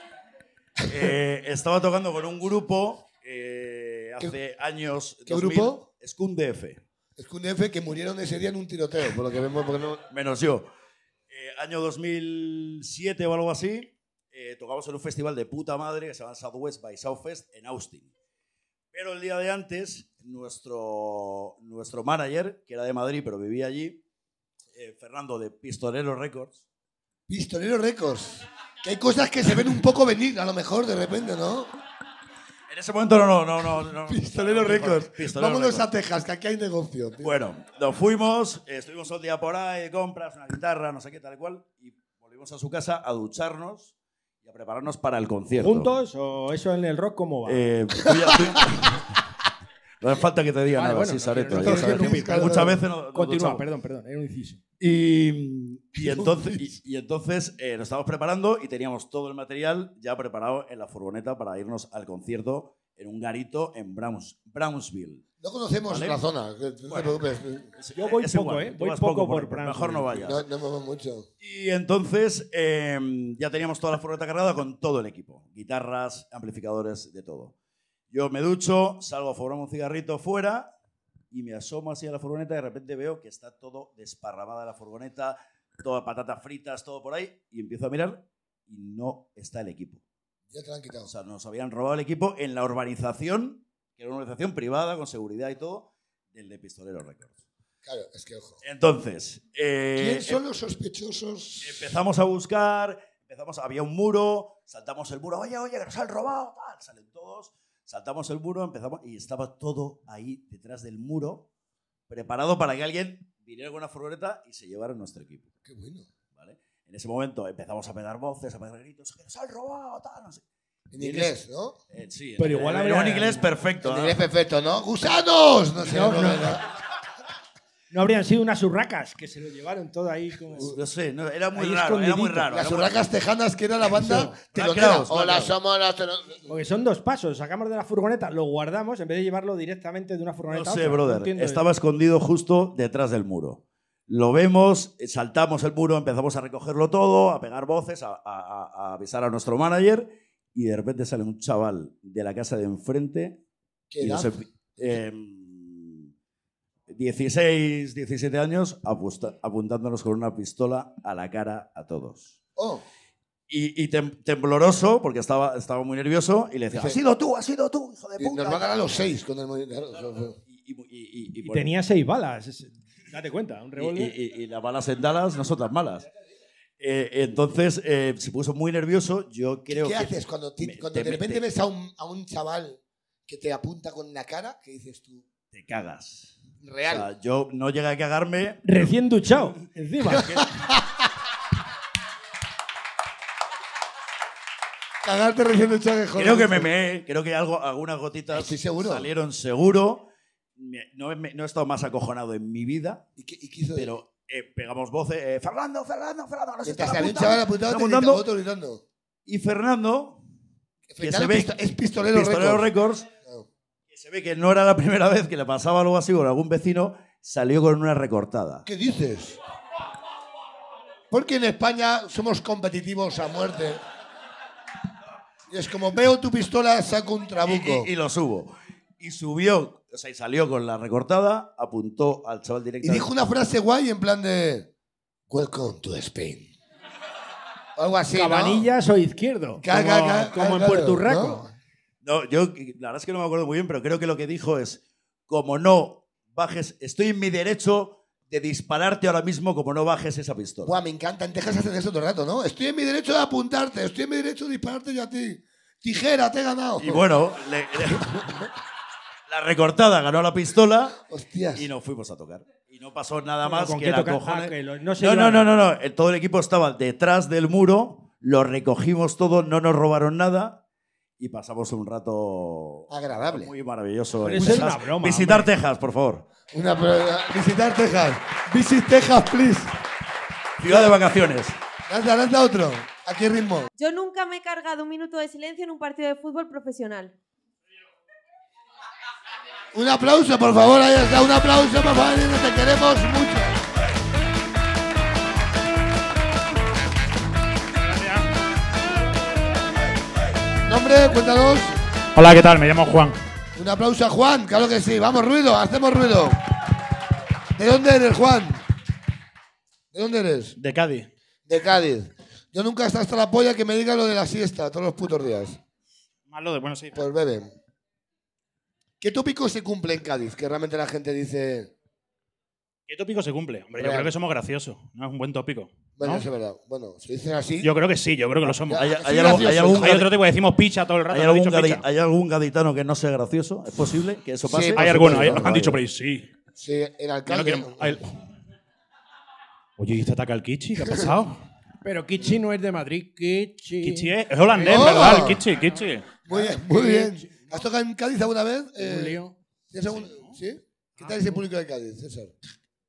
S6: Eh, estaba tocando con un grupo eh, hace años.
S2: qué grupo?
S6: Scum DF.
S2: Es que un F que murieron ese día en un tiroteo, por lo que vemos. porque no-
S6: menos yo. Eh, año 2007 o algo así, eh, tocamos en un festival de puta madre que se llama Southwest by Southfest en Austin. Pero el día de antes, nuestro, nuestro manager, que era de Madrid pero vivía allí, eh, Fernando de Pistolero Records,
S2: Pistolero Records. Que hay cosas que se ven un poco venir, a lo mejor, de repente, ¿no?
S6: en ese momento no, no, no, no. no
S2: Pistolero Records.
S6: Pistolero
S2: Vámonos
S6: Records.
S2: a Texas, que aquí hay negocio. tío.
S6: Bueno, nos fuimos, eh, estuvimos un día por ahí, compras, una guitarra, no sé qué, tal y cual, y volvimos a su casa a ducharnos y a prepararnos para el concierto.
S5: juntos o eso en el rock, ¿cómo va?
S6: Eh, tú ya- tú- no hace falta que te diga
S5: Vale,
S6: nada,
S5: bueno,
S6: sí,
S5: no, no
S6: Sareto, ya
S5: quiero
S6: sabes.
S5: interrumpir,
S2: claro,
S6: Muchas
S2: claro.
S6: veces nos- nos
S5: Continúa,
S6: duchamos.
S5: perdón, perdón, era un inciso.
S6: Y, y entonces, y, y entonces eh, nos estábamos preparando y teníamos todo el material ya preparado en la furgoneta para irnos al concierto en un garito en Browns- Brownsville.
S2: No conocemos
S6: Vale.
S2: la zona, que no te
S6: Bueno.
S2: preocupes.
S5: Yo voy
S6: Es
S5: poco,
S6: igual,
S5: ¿eh?
S6: tú
S5: Voy
S6: vas
S5: poco por
S6: pero
S5: Brownsville.
S6: Mejor no vayas.
S2: No, no vamos mucho.
S6: Y entonces eh, ya teníamos toda la furgoneta cargada con todo el equipo, guitarras, amplificadores, de todo. Yo me ducho, salgo a fumarme un cigarrito fuera y me asomo así a la furgoneta y de repente veo que está todo desparramada la furgoneta, todas patatas fritas, todo por ahí, y empiezo a mirar y no está el equipo.
S2: Ya te la han quitado.
S6: O sea, nos habían robado el equipo en la urbanización, que era una urbanización privada, con seguridad y todo, del de Pistolero Records.
S2: Claro, es que ojo.
S6: Entonces... eh,
S2: ¿Quién son los sospechosos?
S6: Empezamos a buscar, empezamos, había un muro, saltamos el muro, oye, oye, que nos han robado, tal, salen todos, saltamos el muro, empezamos y estaba todo ahí detrás del muro, preparado para que alguien viniera con una furgoneta y se llevara nuestro equipo.
S2: Qué bueno.
S6: ¿vale? En ese momento empezamos a pegar voces, a pegar gritos, que nos han robado, tal, no sé.
S2: En
S6: Tienes-
S2: inglés, ¿no?
S6: Eh, sí,
S5: Pero
S6: en-
S5: igual
S6: en,
S5: habría-
S6: en inglés perfecto.
S2: En
S6: ¿no?
S2: inglés perfecto, ¿no? ¡Gusanos! No sé,
S5: No,
S2: no,
S5: no.
S2: ¿verdad?
S5: No habrían sido unas urracas que se lo llevaron todo ahí como.
S6: No sé, no, era muy
S5: Ahí
S6: raro, era muy
S5: escondidito.
S6: raro. ah,
S2: Las
S6: era muy
S2: hurracas tejanas que era la banda telonera.
S6: Black Crowes,
S2: Hola,
S6: Black Crowes.
S2: somos las telo-
S5: Porque son dos pasos, sacamos de la furgoneta, lo guardamos en vez de llevarlo directamente de una
S6: No
S5: furgoneta a
S6: sé,
S5: otra.
S6: brother.
S5: entiendo
S6: Estaba escondido justo detrás del muro. Lo vemos, eh, saltamos el muro, empezamos a recogerlo todo, a pegar voces, a, a- a- a avisar a nuestro manager y de repente sale un chaval de la casa de enfrente.
S2: ¿Qué
S6: y
S2: edad?
S6: nos empi- em, 16, 17 años apusta- apuntándonos con una pistola a la cara a todos
S2: Oh,
S6: y, y tem- tembloroso, porque estaba, estaba muy nervioso, y le decía,
S2: Dice-
S6: ha sido tú, ha sido tú, hijo de
S2: y nos
S6: puta.
S2: van a dar a los seis con el movimiento.
S6: Y, y- y- y- y
S5: Y
S6: por-
S5: tenía seis balas. es- Date cuenta, un
S6: y,
S5: revólver.
S6: y- y- y las balas en Dallas no son tan malas. Eh, entonces eh, se puso muy nervioso. Yo creo
S2: ¿Qué
S6: que-
S2: haces cuando, ti-
S6: me-
S2: cuando
S6: te-
S2: de repente
S6: te-
S2: ves a un, a un chaval que te apunta con la cara? ¿Qué dices tú?
S6: Te cagas. O
S2: Real.
S6: sea, yo no llegué a cagarme.
S5: Recién duchado, encima.
S2: Cagarte recién de chaval, joder.
S6: Creo que me meé, creo que algo, algunas gotitas
S2: Estoy seguro.
S6: salieron seguro. Me- no, me- no he estado más acojonado en mi vida,
S2: ¿Y qué, y qué hizo?
S6: pero eh, pegamos voces. eh, Fernando, Fernando, Fernando. nos
S2: Mientras
S6: están
S2: había un
S6: apuntando,
S2: chaval apuntado,
S6: están
S2: te
S6: apuntando".
S2: gritaba otro gritando.
S6: Y Fernando,
S2: Fernando
S6: se ve-
S2: Pisto- es pistolero,
S6: Pistolero
S2: récord.
S6: Records,
S2: Claro.
S6: que se ve que no era la primera vez que le pasaba algo así con algún vecino, salió con una recortada.
S2: ¿Qué dices? Porque en España somos competitivos a muerte. Y es como veo tu pistola, saco un trabuco.
S6: Y, y- y lo subo. Y subió, o sea, y salió con la recortada, apuntó al chaval
S2: Y
S6: directamente.
S2: dijo una frase guay en plan de Welcome to Spain. O algo así, ¿no?
S5: Cabanillas o izquierdo.
S2: Ca-
S5: como
S2: ca- ca-
S5: como en
S2: claro,
S5: Puerto Rico.
S2: ¿no?
S6: No, yo la verdad es que no me acuerdo muy bien, pero creo que lo que dijo es, como no bajes, estoy en mi derecho de dispararte ahora mismo como no bajes esa pistola.
S2: Buah, me encanta. En Texas hacen eso todo el rato, ¿no? Estoy en mi derecho de apuntarte. Estoy en mi derecho de dispararte yo a ti. Tijera, te he ganado.
S6: Y bueno, le- le- la recortada ganó la pistola
S2: Hostias.
S6: y nos fuimos a tocar. Y no pasó nada
S5: Bueno,
S6: más
S5: ¿con
S6: que
S5: qué
S6: la
S5: toca-
S6: cojones.
S5: Ah, que lo- no, se
S6: No,
S5: iban.
S6: no, no, no, no. Eh, Todo el equipo estaba detrás del muro, lo recogimos todo, no nos robaron nada y pasamos un rato
S2: Agradable.
S6: muy maravilloso.
S5: Pero
S6: en
S5: eso es
S6: Texas.
S5: una broma,
S6: Visitar
S5: hombre.
S6: Texas, por favor.
S2: Una pro- visitar Texas. Visit Texas, please.
S6: Ciudad de vacaciones.
S2: Lanza, lanza otro. ¿A qué ritmo?
S3: Yo nunca me he cargado un minuto de silencio en un partido de fútbol profesional.
S2: Un aplauso, por favor. Ahí está. Un aplauso, por favor. Irene, Te queremos mucho. Nombre, cuéntanos.
S8: Hola, ¿qué tal? Me llamo Juan.
S2: Un aplauso a Juan, claro que sí. Vamos, ruido, hacemos ruido. ¿De dónde eres, Juan? ¿De dónde eres?
S8: De Cádiz.
S2: De Cádiz. Yo nunca he estado hasta la polla que me diga lo de la siesta todos los putos días.
S8: Malo de Buenos Aires.
S2: Pues bebe. ¿Qué tópico se cumple en Cádiz? Que realmente la gente dice.
S8: ¿Qué tópico se cumple? Hombre, yo
S2: Real.
S8: creo que somos graciosos. No es un buen tópico.
S2: Bueno,
S8: ¿no?
S2: eso es verdad. Bueno, se dicen así. Ah,
S8: Yo creo que sí, yo creo que lo somos.
S2: Ya,
S6: ¿Hay,
S2: así
S6: hay algo- hay
S2: gracioso.
S6: algún,
S8: Hay
S6: gadi-
S8: otro tipo que decimos picha todo el rato.
S6: hay
S8: no he
S6: algún
S8: dicho
S6: gadi-
S8: picha.
S6: hay algún gaditano que no sea gracioso? ¿Es posible que eso
S2: Sí,
S6: pase?
S8: Hay
S2: por
S8: algunos,
S2: supuesto,
S8: hay-
S2: por
S8: han dicho por ahí, sí.
S2: Sí, el
S8: Ya no
S2: alcalde.
S8: quieren- hay- Oye, ¿y este ataca al Kichi? ¿Qué ha pasado?
S5: Pero Kichi no es de Madrid, Kichi.
S8: Kichi es, es holandés,
S2: ¡Oh!
S8: ¿verdad? El Kichi, Kichi.
S2: Muy bien, muy bien. ¿Has tocado en Cádiz alguna vez?
S5: Un
S2: Eh,
S5: lío.
S2: ¿tienes algún- ¿Sí? ¿Qué tal es
S8: Ah.
S2: el público de Cádiz, César?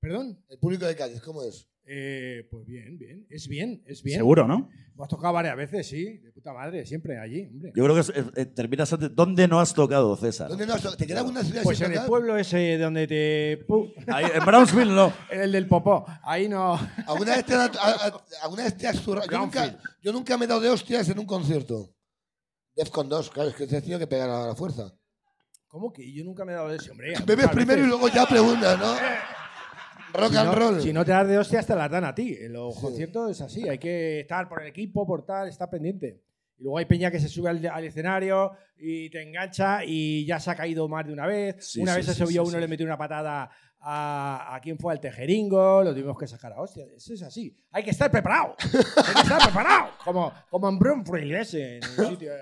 S5: ¿Perdón?
S2: El público de Cádiz, ¿cómo es?
S5: Eh, pues bien, bien. Es bien, es bien.
S8: Seguro, ¿no?
S5: Lo has tocado varias veces, sí. De puta madre, siempre allí, hombre.
S6: Yo creo que es- eh, eh, terminas antes. ¿Dónde no has tocado, César?
S2: ¿Dónde no has tocado? ¿Te queda alguna ciudad
S5: Pues
S2: sin
S5: en el
S2: tocar?
S5: pueblo ese donde te... pu-
S6: Ahí, en Brownsville no.
S5: El del popó. Ahí no...
S2: ¿Alguna vez te, han- a- a- alguna vez te has zurrado? Yo nunca, yo nunca me he dado de hostias en un concierto. Defcon 2, claro, es que te tenía que pegar a la fuerza.
S5: ¿Cómo que yo nunca me he dado de ese, hombre?
S2: Bebes
S5: Algunas
S2: primero y
S5: veces- Eh.
S2: luego ya preguntas, ¿no? Rock
S5: Si
S2: and
S5: no-
S2: roll.
S5: Si no te das de hostias, te las dan a ti. En los conciertos es así. Hay que estar por el equipo, por tal, estar pendiente. Y luego hay peña que se sube al, al escenario y te engancha y ya se ha caído más de una vez.
S6: Sí,
S5: una
S6: sí,
S5: vez se
S6: sí,
S5: subió
S6: sí,
S5: uno
S6: sí.
S5: y le metió una patada a, a quien fue al tejeringo, lo tuvimos que sacar a hostias. Eso es así. Hay que estar preparado. hay que estar preparado. Como, como en Brunfrey ese, en un sitio. eh.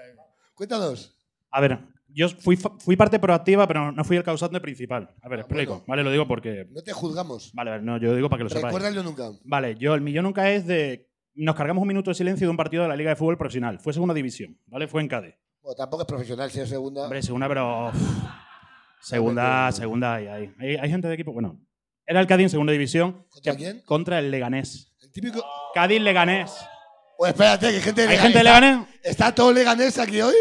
S2: Cuéntanos.
S8: A ver, yo fui, fa- fui parte proactiva, pero no fui el causante principal. A ver,
S2: Ah,
S8: explico.
S2: bueno.
S8: Vale, lo digo porque.
S2: No te juzgamos.
S8: Vale, a ver, no, yo digo para que lo sepáis.
S2: Recuérdalo nunca.
S8: Vale, yo el millón nunca es de. Nos cargamos un minuto de silencio de un partido de la Liga de Fútbol Profesional. Fue segunda división, ¿vale? Fue en Cádiz.
S2: Bueno, tampoco es profesional, si es segunda.
S8: Hombre, segunda, pero. uf, segunda, segunda, ahí, ahí. Hay, hay gente de equipo. Bueno, era el Cádiz en segunda división.
S2: ¿Contra
S8: que-
S2: quién?
S8: Contra el Leganés.
S2: El típico.
S8: Cádiz Leganés.
S2: Oh, espérate, que hay gente de
S8: ¿Hay
S2: Leganés.
S8: gente de Leganés?
S2: ¿Está todo Leganés aquí hoy?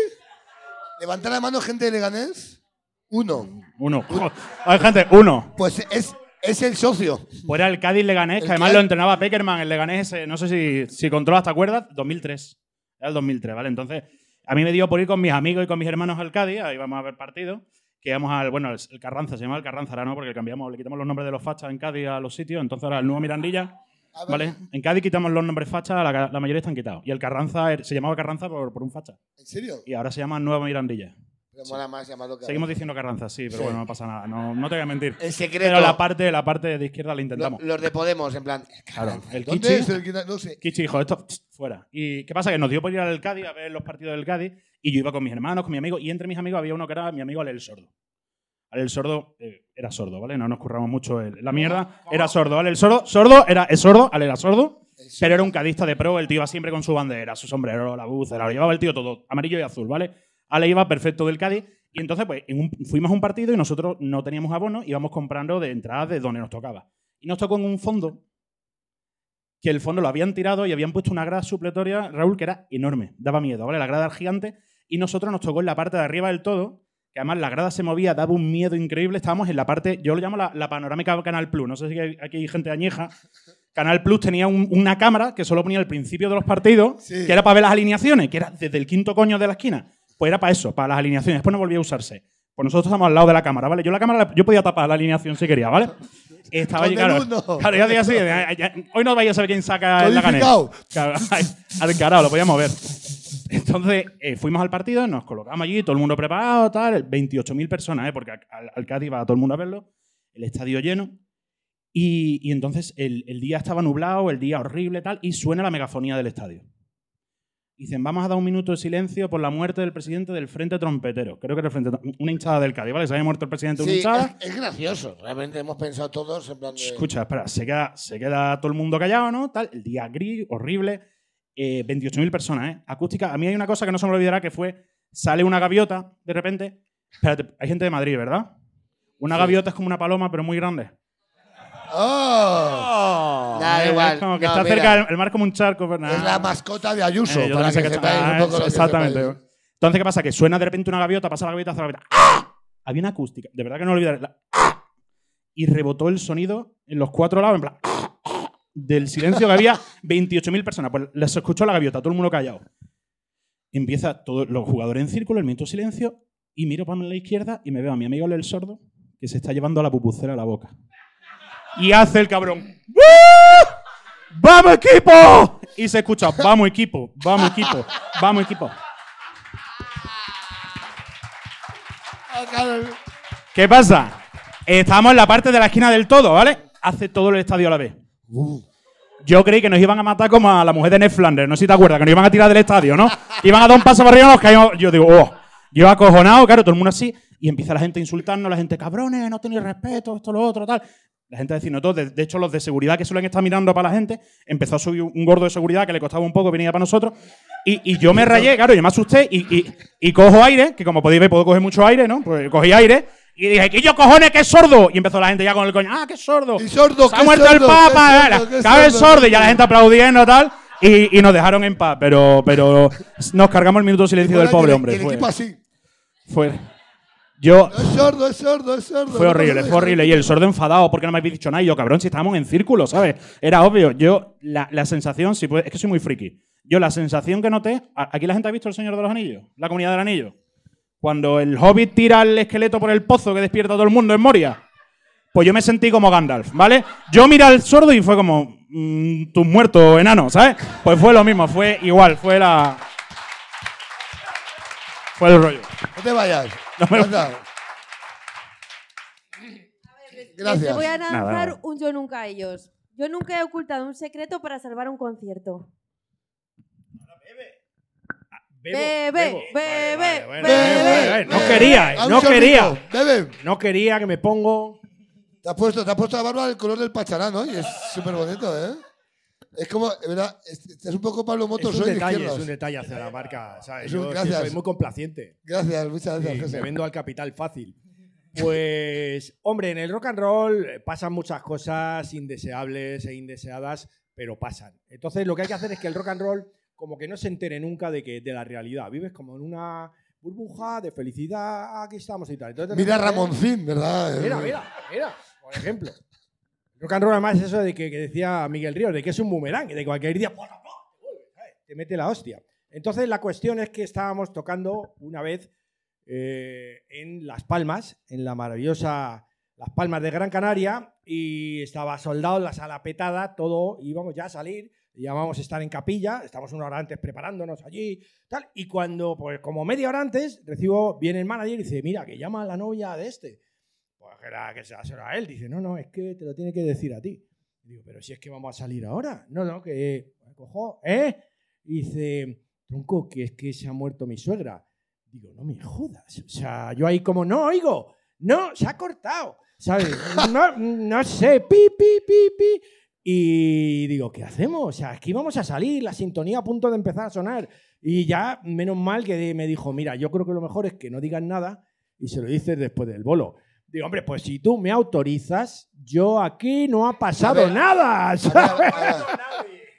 S2: Levanta la mano, gente de Leganés. Uno.
S8: Uno. Hay gente, uno.
S2: Pues es, es el socio.
S8: Fuera el Cádiz Leganés,
S2: ¿El
S8: que además
S2: qué?
S8: lo entrenaba Peckerman, el Leganés, ese, no sé si, si controlas, ¿te acuerdas? 2003. Era el 2003, ¿vale? Entonces, a mí me dio por ir con mis amigos y con mis hermanos al Cádiz, ahí vamos a ver partido, que íbamos al, bueno, el el Carranza, se llama el Carranza ahora, ¿no? Porque cambiamos, le quitamos los nombres de los fachas en Cádiz a los sitios, entonces ahora el nuevo Mirandilla,
S2: A ver,
S8: ¿vale? En Cádiz quitamos los nombres fachas, la, la mayoría están quitados. Y el Carranza er- se llamaba Carranza por, por un facha.
S2: ¿En serio?
S8: Y ahora se llama Nueva Mirandilla.
S2: Me mola más llamarlo que-
S8: Seguimos diciendo Carranza, sí, pero
S2: Sí.
S8: bueno, no pasa nada, no, no te voy a mentir.
S2: El secreto.
S8: Pero la parte, la parte de izquierda la
S2: Lo-
S8: intentamos.
S2: los de Podemos, en plan.
S8: Claro, el
S2: ¿Dónde
S8: Kichi-
S2: es el que- No sé.
S8: Kichi dijo, esto pst, fuera. ¿Y qué pasa? Que nos dio por ir al Cádiz a ver los partidos del Cádiz y yo iba con mis hermanos, con mi amigo, y entre mis amigos había uno que era mi amigo Alel Sordo. Alel Sordo eh, era sordo, ¿vale? No nos curramos mucho el- la mierda. Era sordo, Alel Sordo. Sordo era es sordo, Alel era sordo, pero era un cadista de pro. El tío iba siempre con su bandera, su sombrero, la bucera, lo llevaba el tío todo, amarillo y azul, ¿vale? Ale iba perfecto del Cádiz. Y entonces, pues, en un- fuimos a un partido y nosotros no teníamos abono, íbamos comprando de entradas de donde nos tocaba. Y nos tocó en un fondo que el fondo lo habían tirado y habían puesto una grada supletoria, Raúl, que era enorme, daba miedo, ¿vale? La grada era gigante y nosotros nos tocó en la parte de arriba del todo, que además la grada se movía, daba un miedo increíble, estábamos en la parte, yo lo llamo la, la panorámica Canal Plus, no sé si hay- aquí hay gente añeja. Canal Plus tenía un- una cámara que solo ponía al principio de los partidos,
S2: Sí.
S8: que era para ver las alineaciones, que era desde el quinto coño de la esquina. Pues era para eso, para las alineaciones, después no volvía a usarse. Pues nosotros estábamos al lado de la cámara, ¿vale? Yo la cámara, la- yo podía tapar la alineación si quería, ¿vale? Estaba
S2: Con
S8: allí,
S2: el
S8: claro,
S2: uno.
S8: claro, yo digo así, ya- ya- hoy no vais a saber quién saca el Leganés.
S2: Codificado.
S8: Claro, ay, Al carajo, lo podíamos ver. Entonces, eh, fuimos al partido, nos colocamos allí, todo el mundo preparado, tal, 28.000 personas, ¿eh? porque al, al Cádiz va todo el mundo a verlo, el estadio lleno. Y, y entonces el, el día estaba nublado, el día horrible, tal, y suena la megafonía del estadio. Y dicen, vamos a dar un minuto de silencio por la muerte del presidente del Frente Trompetero. Creo que era el Frente Una hinchada del Cádiz, ¿vale? Se había muerto el presidente de una
S2: Sí,
S8: hinchada.
S2: es, es gracioso. Realmente hemos pensado todos en plan de...
S8: Escucha, espera, se queda, se queda todo el mundo callado, ¿no? Tal, el día gris, horrible. eh, 28.000 personas, ¿eh? Acústica. A mí hay una cosa que no se me olvidará que fue, sale una gaviota de repente. Espérate, hay gente de Madrid, ¿verdad? Una gaviota es como una paloma, pero muy grande.
S2: ¡Oh! Nada,
S8: Eh,
S2: igual.
S8: Es como que
S2: No,
S8: está
S2: mira,
S8: cerca, del- el, mar como un charco, pero nada.
S2: Es la mascota de Ayuso,
S8: Eh, yo
S2: para
S8: también sé
S2: que,
S8: que-
S2: sepáis
S8: ah,
S2: un poco lo que
S8: Exactamente.
S2: sepáis.
S8: Entonces, ¿qué pasa? Que suena de repente una gaviota, pasa la gaviota, hace la gaviota. ¡Ah! Había una acústica, de verdad que no olvidaré. la- ¡Ah! Y rebotó el sonido en los cuatro lados, en plan. ¡Ah! ¡Ah! Del silencio que había 28.000 personas. Pues les escuchó la gaviota, todo el mundo callado. Empieza todos los jugadores en círculo, el minuto de silencio, y miro para la izquierda y me veo a mi amigo el sordo que se está llevando la pupucera a la boca. Y hace el cabrón. ¡Ah! ¡Vamos equipo! Y se escucha, vamos equipo, vamos equipo, vamos equipo.
S2: Ah, claro.
S8: ¿Qué pasa? Estamos en la parte de la esquina del todo, ¿vale? Hace todo el estadio a la vez. Yo creí que nos iban a matar como a la mujer de Ned Flanders, no sé si te acuerdas, que nos iban a tirar del estadio, ¿no? Iban a dar un paso para arriba, nos caímos. Yo digo, oh, yo acojonado, claro, todo el mundo así, y empieza la gente a insultarnos, la gente, cabrones, no tenéis respeto, esto, lo otro, tal. La gente diciendo todo, de, de hecho, los de seguridad que suelen estar mirando para la gente, empezó a subir un gordo de seguridad que le costaba un poco, venía para nosotros, y, y yo me rayé, claro, yo me asusté, y, y- y cojo aire, que como podéis ver, puedo coger mucho aire, ¿no? Pues cogí aire. Y dije, ¿qué yo cojones, que es sordo? Y empezó la gente ya con el coño, ¡ah, qué sordo!
S2: Y sordo,
S8: ¡Se ha
S2: qué
S8: muerto el
S2: sordo, qué
S8: Papa! eh,
S2: sordo, qué
S8: ¡Cabe el
S2: sordo,
S8: sordo! Y ya
S2: qué
S8: la
S2: sordo.
S8: gente aplaudiendo tal. Y, y nos dejaron en paz, pero, pero nos cargamos el minuto de silencio del
S2: Bueno, y
S8: pobre
S2: el-
S8: hombre.
S2: y El
S8: Fue,
S2: equipo así.
S8: fue- Yo.
S2: No es sordo, es sordo, es sordo.
S8: Fue
S2: no
S8: horrible,
S2: pasa
S8: fue
S2: nada.
S8: horrible. Y el sordo enfadado porque no me habéis dicho nada. Y yo, cabrón, si estábamos en círculo, ¿sabes? Era obvio. Yo, la, la sensación, si puede- es que soy muy friki. Yo, la sensación que noté. a- Aquí la gente ha visto El Señor de los Anillos, la comunidad del anillo. Cuando el hobbit tira el esqueleto por el pozo que despierta a todo el mundo en Moria. Pues yo me sentí como Gandalf, ¿vale? Yo miré al sordo y fue como. mm, tus muertos, enano, ¿sabes? Pues fue lo mismo, fue igual, fue la. Fue el rollo.
S2: No te vayas.
S8: No me-
S2: Anda.
S3: Les
S2: Gracias.
S3: Este, voy a lanzar
S8: Nada, nada.
S3: un yo nunca a ellos. Yo nunca he ocultado un secreto para salvar un concierto. Bebe, bebe, bebe.
S5: No
S2: Bebe,
S5: quería, eh,
S2: a un
S5: no
S2: sorbito.
S5: quería.
S2: Bebe.
S5: No quería que me pongo.
S2: Te has puesto, te has puesto la barba del color del pacharán, ¿no? Y es súper bonito, ¿eh? Es como, de verdad, es, es un poco Pablo Motos
S5: es un
S2: hoy de
S5: detalle, es
S2: izquierdas.
S5: un detalle hacia la marca. ¿sabes?
S2: Es un-
S5: Yo sí
S2: gracias.
S5: soy muy complaciente.
S2: Gracias, muchas
S5: Sí,
S2: gracias,
S5: me
S2: José.
S5: vendo al capital fácil. Pues, hombre, en el rock and roll eh, pasan muchas cosas indeseables e indeseadas, pero pasan. Entonces, lo que hay que hacer es que el rock and roll como que no se entere nunca de que de la realidad. Vives como en una burbuja de felicidad, "Ah, aquí estamos y tal. Entonces, de
S2: Mira a
S5: repente-
S2: Ramoncín, ¿verdad?
S5: Mira, mira, mira, por ejemplo. El rock and roll además es eso de que, que decía Miguel Ríos, de que es un boomerang, de que cualquier día ¡pua, pua! te vuelve, ¿sabes? te mete la hostia. Entonces la cuestión es que estábamos tocando una vez eh, en Las Palmas, en la maravillosa Las Palmas de Gran Canaria, y estaba soldado en la sala petada, todo, íbamos ya a salir, ya vamos a estar en capilla, estamos una hora antes preparándonos allí, tal, y cuando, pues como media hora antes, recibo, viene el manager y dice, mira, que llama a la novia de este. Pues que era que se la suena a él. Dice, no, no, es que te lo tiene que decir a ti. Digo, pero si es que vamos a salir ahora. No, no, que cojo, ¿eh? Y dice, tronco, que es que se ha muerto mi suegra. Digo, no me jodas. O sea, yo ahí como, no oigo, no, se ha cortado. ¿Sabes? No, no sé, pi, pi, pi, pi. Y digo, ¿qué hacemos? O sea, aquí vamos a salir, la sintonía a punto de empezar a sonar. Y ya, menos mal que me dijo, mira, yo creo que lo mejor es que no digas nada y se lo dices después del bolo. Digo, hombre, pues si tú me autorizas, yo aquí no ha pasado
S2: A ver,
S5: nada.
S2: A ver, a ver, a ver.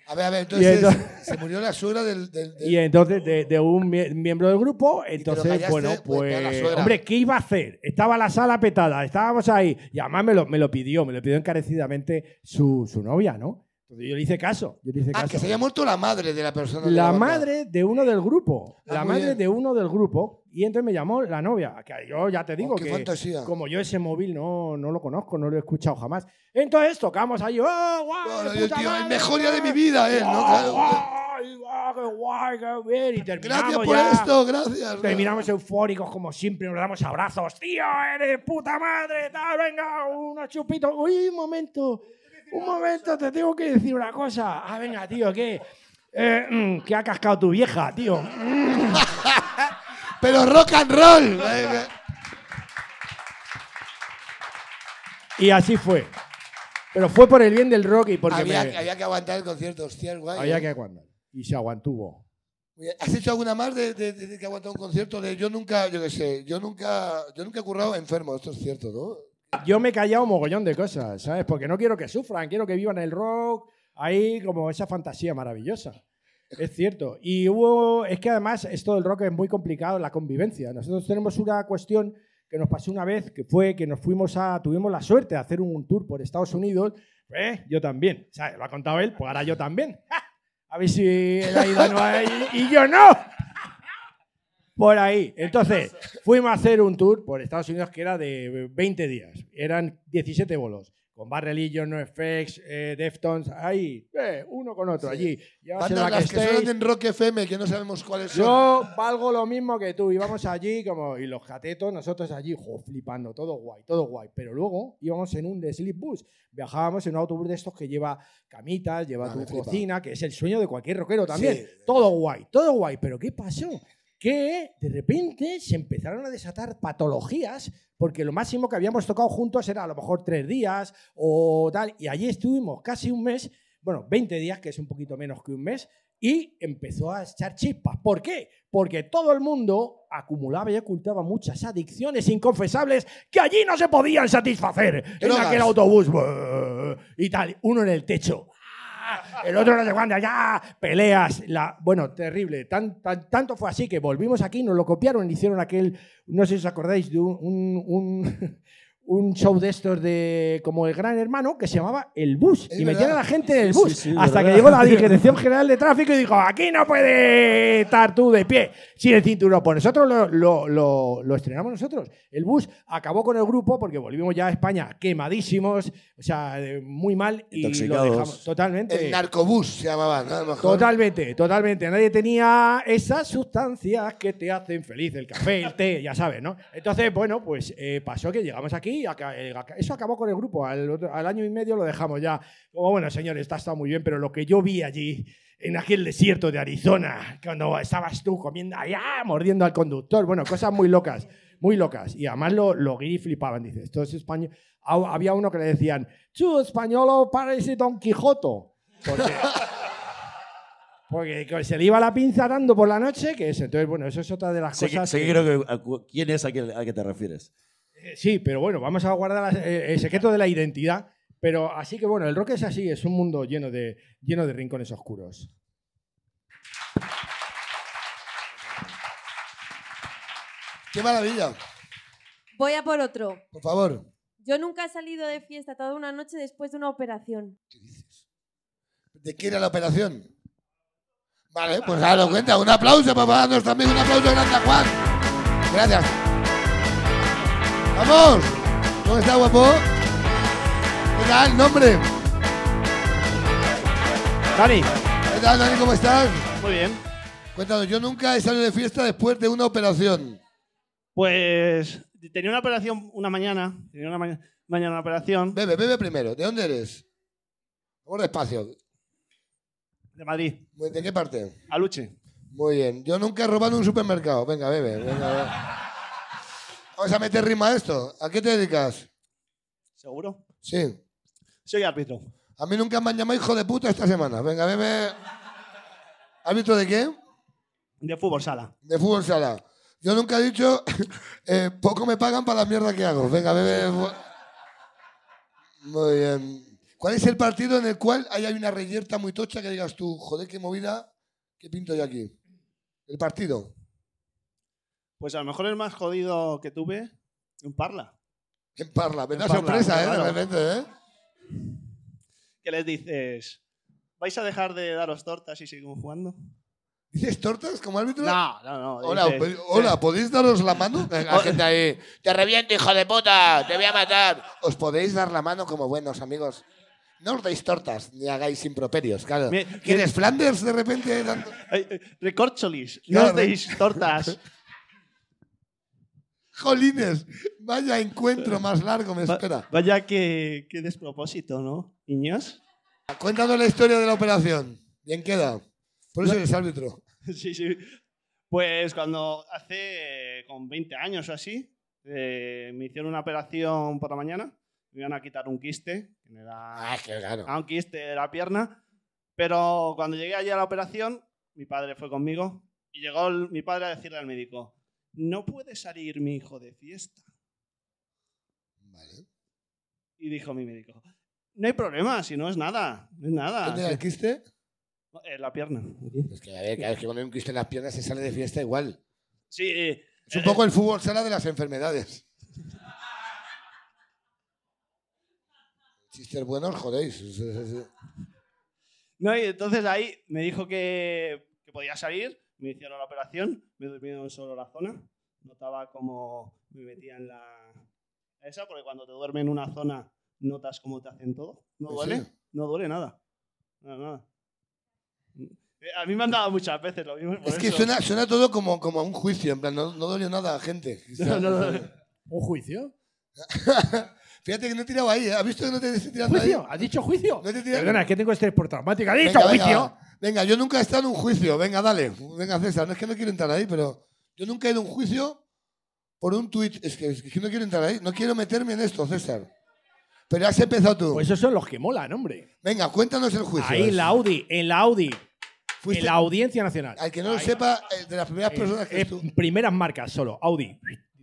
S2: A ver, a ver, entonces,
S5: Y entonces-
S2: se murió la suegra del... del- del-
S5: Y entonces, de, de un mie- miembro del grupo, entonces,
S2: callaste,
S5: bueno,
S2: pues,
S5: pues,
S2: toda la suegra.
S5: hombre, ¿qué iba a hacer? Estaba la sala petada, estábamos ahí, y además me lo, me lo pidió, me lo pidió encarecidamente su, su novia, ¿no? Entonces yo le hice caso, yo le hice
S2: ah,
S5: caso.
S2: que se había muerto la madre de la persona. de
S5: La
S2: banda.
S5: madre de uno del grupo.
S2: Ah,
S5: la
S2: muy
S5: madre
S2: bien.
S5: de uno del grupo. Y entonces me llamó la novia. Que yo ya te digo
S2: Oh, qué
S5: que
S2: fantasía.
S5: como yo ese móvil no, no lo conozco, no lo he escuchado jamás. Entonces tocamos ahí. ¡Oh, guau,
S2: Bueno,
S5: qué
S2: yo,
S5: puta
S2: tío, el
S5: madre,
S2: mejor día de
S5: guau!
S2: mi vida, él, ¿no? Claro.
S5: ¡Guau, guau, guau, qué guay, qué bien! Y terminamos
S2: Gracias por
S5: ya.
S2: esto, gracias.
S5: Terminamos eufóricos como siempre, nos damos abrazos. Tío, eres puta madre, tal, venga, unos chupitos. Uy, un momento, un momento, te tengo que decir una cosa. Ah, venga, tío, ¿qué? Eh, que ha cascado tu vieja, tío.
S2: Pero rock and roll. Eh,
S5: Y así fue. Pero fue por el bien del rock y porque
S2: había,
S5: me-
S2: había que aguantar el concierto, hostia, el guay.
S5: había
S2: eh.
S5: que aguantar. Y se aguantuvo.
S2: ¿Has hecho alguna más de, de- de- de que aguantar un concierto de yo nunca, yo qué sé, yo nunca, yo nunca he currado enfermo, esto es cierto, ¿no?
S5: Yo me he callado mogollón de cosas, ¿sabes? Porque no quiero que sufran, quiero que vivan el rock, ahí como esa fantasía maravillosa. Es cierto. Y hubo, es que además esto del rock es muy complicado, la convivencia. Nosotros tenemos una cuestión que nos pasó una vez, que fue que nos fuimos a, tuvimos la suerte de hacer un tour por Estados Unidos. Eh, yo también, ¿sabes? Lo ha contado él, pues ahora yo también. ¡Ja! A ver si él ha ido a- y yo no. Por ahí. Entonces, fuimos a hacer un tour por Estados Unidos que era de 20 días. Eran 17 bolos. Con Bad Religion, NoFX, eh, Deftones, ahí, eh, uno con otro,
S2: Sí.
S5: allí. Llevas el
S2: Bandas las que
S5: backstage.
S2: suenan en Rock FM, que no sabemos cuáles son.
S5: Yo valgo lo mismo que tú. Íbamos allí como, y los catetos, nosotros allí, jo, flipando, todo guay, todo guay. Pero luego íbamos en un de sleep bus. Viajábamos en un autobús de estos que lleva camitas, lleva
S2: Ah,
S5: tu
S2: me flipa.
S5: cocina, que es el sueño de cualquier rockero también.
S2: Sí.
S5: Todo guay, todo guay. Pero ¿qué pasó? Que de repente se empezaron a desatar patologías porque lo máximo que habíamos tocado juntos era a lo mejor tres días o tal. Y allí estuvimos casi un mes, bueno, 20 días, que es un poquito menos que un mes, y empezó a echar chispas. ¿Por qué? Porque todo el mundo acumulaba y ocultaba muchas adicciones inconfesables que allí no se podían satisfacer en
S2: Drogas.
S5: aquel autobús. Buah, Y tal, uno en el techo. ¡Ah! El otro no sé cuándo, ya, peleas. La, bueno, terrible. Tan, tan- tanto fue así que volvimos aquí, nos lo copiaron, hicieron aquel, no sé si os acordáis, de un, un, un- un show de estos de como el Gran Hermano que se llamaba El Bus.
S2: Es
S5: y
S2: verdad.
S5: metían a la gente en el
S6: Sí,
S5: bus.
S6: sí, sí,
S5: hasta
S6: verdad.
S5: que llegó la Dirección General de Tráfico y dijo, aquí no puede estar tú de pie sin el cinturón. Pues nosotros lo, lo- lo- lo estrenamos nosotros. El bus acabó con el grupo porque volvimos ya a España quemadísimos, o sea, de- muy mal. Y lo
S6: Intoxicados.
S5: dejamos totalmente.
S2: El narcobús se llamaba, ¿no? A lo mejor.
S5: Totalmente, totalmente. Nadie tenía esas sustancias que te hacen feliz, el café, el té, ya sabes, ¿no? Entonces, bueno, pues eh, pasó que llegamos aquí, y aca- eh, aca- eso acabó con el grupo, al, otro- al año y medio lo dejamos ya. Como, bueno, señores, está, está muy bien, pero lo que yo vi allí, en aquel desierto de Arizona, cuando estabas tú comiendo allá, mordiendo al conductor, bueno, cosas muy locas, muy locas. Y además lo, lo guiri flipaban, dice, esto es español. Ha- Había uno que le decían, tú españolo parece Don Quijoto. Porque... Porque se le iba la pinza dando por la noche, que es. Entonces, bueno, eso es otra de las
S6: Sí, que-
S5: cosas.
S6: sí que
S5: que-
S6: creo que, a cu- ¿Quién es a quien- a que te refieres?
S5: eh, sí, pero bueno, vamos a guardar eh, el secreto de la identidad. Pero así que bueno, el rock es así, es un mundo lleno de, lleno de rincones oscuros.
S2: Qué maravilla,
S3: Voy a por otro.
S2: por favor.
S3: Yo nunca he salido de fiesta toda una noche después de una operación.
S2: ¿De qué era la operación? Vale, pues ahora lo cuenta. Un aplauso, papá. Nos también un aplauso grande a Juan. Gracias. ¡Vamos! ¿Cómo está, guapo? ¿Qué tal? ¿Nombre?
S9: Dani.
S2: ¿Qué tal, Dani? ¿Cómo estás?
S9: Muy bien.
S2: Cuéntanos, yo nunca he salido de fiesta después de una operación.
S9: Pues tenía una operación una mañana. Tenía una maña- mañana una operación
S2: Bebe, bebe primero. ¿De dónde eres? Vamos despacio.
S9: de Madrid.
S2: ¿De qué parte?
S9: Aluche.
S2: Muy bien. Yo nunca he robado en un supermercado. Venga, bebe. Venga, bebe. Vamos a meter rima a esto. ¿A qué te dedicas?
S9: ¿Seguro?
S2: Sí.
S9: Soy árbitro.
S2: A mí nunca me han llamado hijo de puta esta semana. Venga, bebe. ¿Árbitro de qué?
S9: De fútbol sala.
S2: De fútbol sala. Yo nunca he dicho, eh, poco me pagan para la mierda que hago. Venga, bebe. fu- Muy bien. ¿Cuál es el partido en el cual ahí hay una reyerta muy tocha que digas tú, joder, qué movida, qué pinto yo aquí? El partido.
S9: Pues a lo mejor el más jodido que tuve, un parla.
S2: En Parla. Me da
S9: En Parla,
S2: sorpresa, ¿eh?
S9: claro.
S2: De repente, ¿eh?
S9: Que les dices, ¿vais a dejar de daros tortas y seguimos jugando?
S2: ¿Dices tortas como árbitro?
S9: No, no, no.
S2: Hola,
S9: dices,
S2: pe- hola, ¿podéis daros la mano? La gente ahí, te reviento, hijo de puta, te voy a matar. Os podéis dar la mano como buenos amigos. No os deis tortas ni hagáis improperios, claro.
S9: Mi-
S2: ¿Quieres Flanders de repente? dando-
S9: "Ay, ay, recorcholis, no
S2: Claro.
S9: os deis tortas.
S2: Jolines, vaya encuentro más largo me
S9: Va-
S2: espera.
S9: Vaya que, que despropósito, ¿no, niños?
S2: Cuéntanos la historia de la operación. Bien queda. Por eso eres árbitro.
S9: Sí, sí. Pues cuando hace eh, con 20 años o así, eh, me hicieron una operación por la mañana. Me iban a quitar un quiste, que me da
S2: Ah, qué claro.
S9: a un quiste de la pierna. Pero cuando llegué allí a la operación, mi padre fue conmigo y llegó el- mi padre a decirle al médico: No puede salir mi hijo de fiesta.
S2: Vale.
S9: Y dijo mi médico: No hay problema, si no es nada, no es nada.
S2: ¿Dónde era el quiste?
S9: Eh, la pierna.
S2: Es que, a ver, cada vez que pone un quiste en las piernas se sale de fiesta igual.
S9: Sí, eh,
S2: Es un poco el fútbol sala de las enfermedades. Chistes buenos, jodéis. Sí, sí, sí.
S9: No, y entonces ahí me dijo que, que podía salir, me hicieron la operación, me durmieron solo la zona, notaba como me metían la... Esa, porque cuando te duermen en una zona notas cómo te hacen todo. No
S2: ¿En
S9: duele,
S2: serio?
S9: no duele nada. Nada, nada. Eh, A mí me han dado muchas veces lo mismo. por
S2: Es que
S9: eso.
S2: suena, suena todo como, como a un juicio, en plan, no, no dolió nada a gente.
S9: No, no, no, no.
S5: ¿Un juicio?
S2: Fíjate que no he tirado ahí, ¿eh? ¿has visto que no te estoy tirando ahí?
S5: ¿Juicio? ¿Has dicho juicio?
S2: No te tiras-
S5: Perdona, es que tengo estrés por traumática. ¡Has dicho
S2: Venga, venga,
S5: juicio!
S2: venga, yo nunca he estado en un juicio, venga, dale, venga César, no es que no quiero entrar ahí, pero yo nunca he ido a un juicio por un tuit, es que, es que no quiero entrar ahí, no quiero meterme en esto, César. Pero has empezado tú.
S5: Pues esos son los que molan, hombre.
S2: venga, cuéntanos el juicio.
S5: Ahí, en la Audi, en la Audi, en
S2: Pues, eh, Fuiste-
S5: la Audiencia Nacional.
S2: Al que no lo sepa, eh, de las primeras personas que
S5: Es
S2: estuvo.
S5: primeras marcas solo, Audi.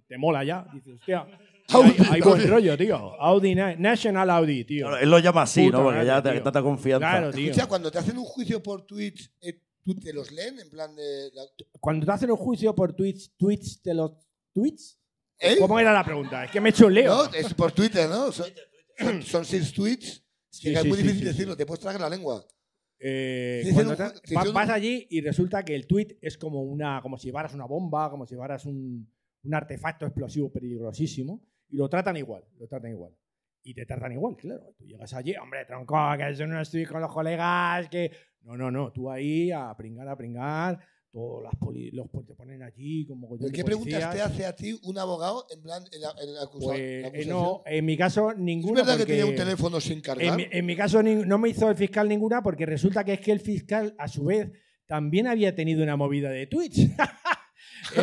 S5: Te mola ya. Dices, hostia.
S2: Audi,
S5: hay, hay buen
S2: Audi.
S5: rollo, tío. Audi, Na- National Audi, tío.
S6: Claro, él lo llama así,
S5: Puta
S6: ¿no? Porque
S5: madre,
S6: ya te
S5: tío.
S6: tanta confianza.
S5: Claro, tío.
S2: Escucha, cuando te hacen un juicio por Twitch, eh, ¿tú te los leen? En plan de. la-
S5: Cuando te hacen un juicio por tweets, tweets de los tweets.
S2: ¿Eh?
S5: ¿Cómo era la pregunta? Es que me he hecho un leo.
S2: No, es por Twitter, ¿no? Son, son- son seis tweets.
S5: Sí,
S2: que es
S5: sí,
S2: muy
S5: sí,
S2: difícil
S5: sí,
S2: decirlo, te puedes tragar la lengua.
S5: Eh,
S2: Te
S5: cuando
S2: hicieron
S5: te-
S2: ju- te
S5: va-
S2: hicieron
S5: vas
S2: un-
S5: allí y resulta que el tweet es como una como si llevaras una bomba, como si llevaras un, un artefacto explosivo peligrosísimo y lo tratan igual, lo tratan igual. Y te tratan igual, claro. Tú llegas allí, hombre, tronco, que yo no estoy con los colegas, que... No, no, no, tú ahí a pringar, a pringar, todos las poli- los pol- te ponen allí como...
S2: ¿Pero ¿Qué preguntas te hace a ti un abogado en plan en la, en la acusa-
S5: Pues,
S2: la
S5: eh,
S2: acusación?
S5: no, en mi caso
S2: ¿Es
S5: ninguna.
S2: verdad que tenía un
S5: porque-
S2: teléfono sin cargar?
S5: en mi, en mi caso ni- no me hizo el fiscal ninguna porque resulta que es que el fiscal, a su vez, también había tenido una movida de Twitch.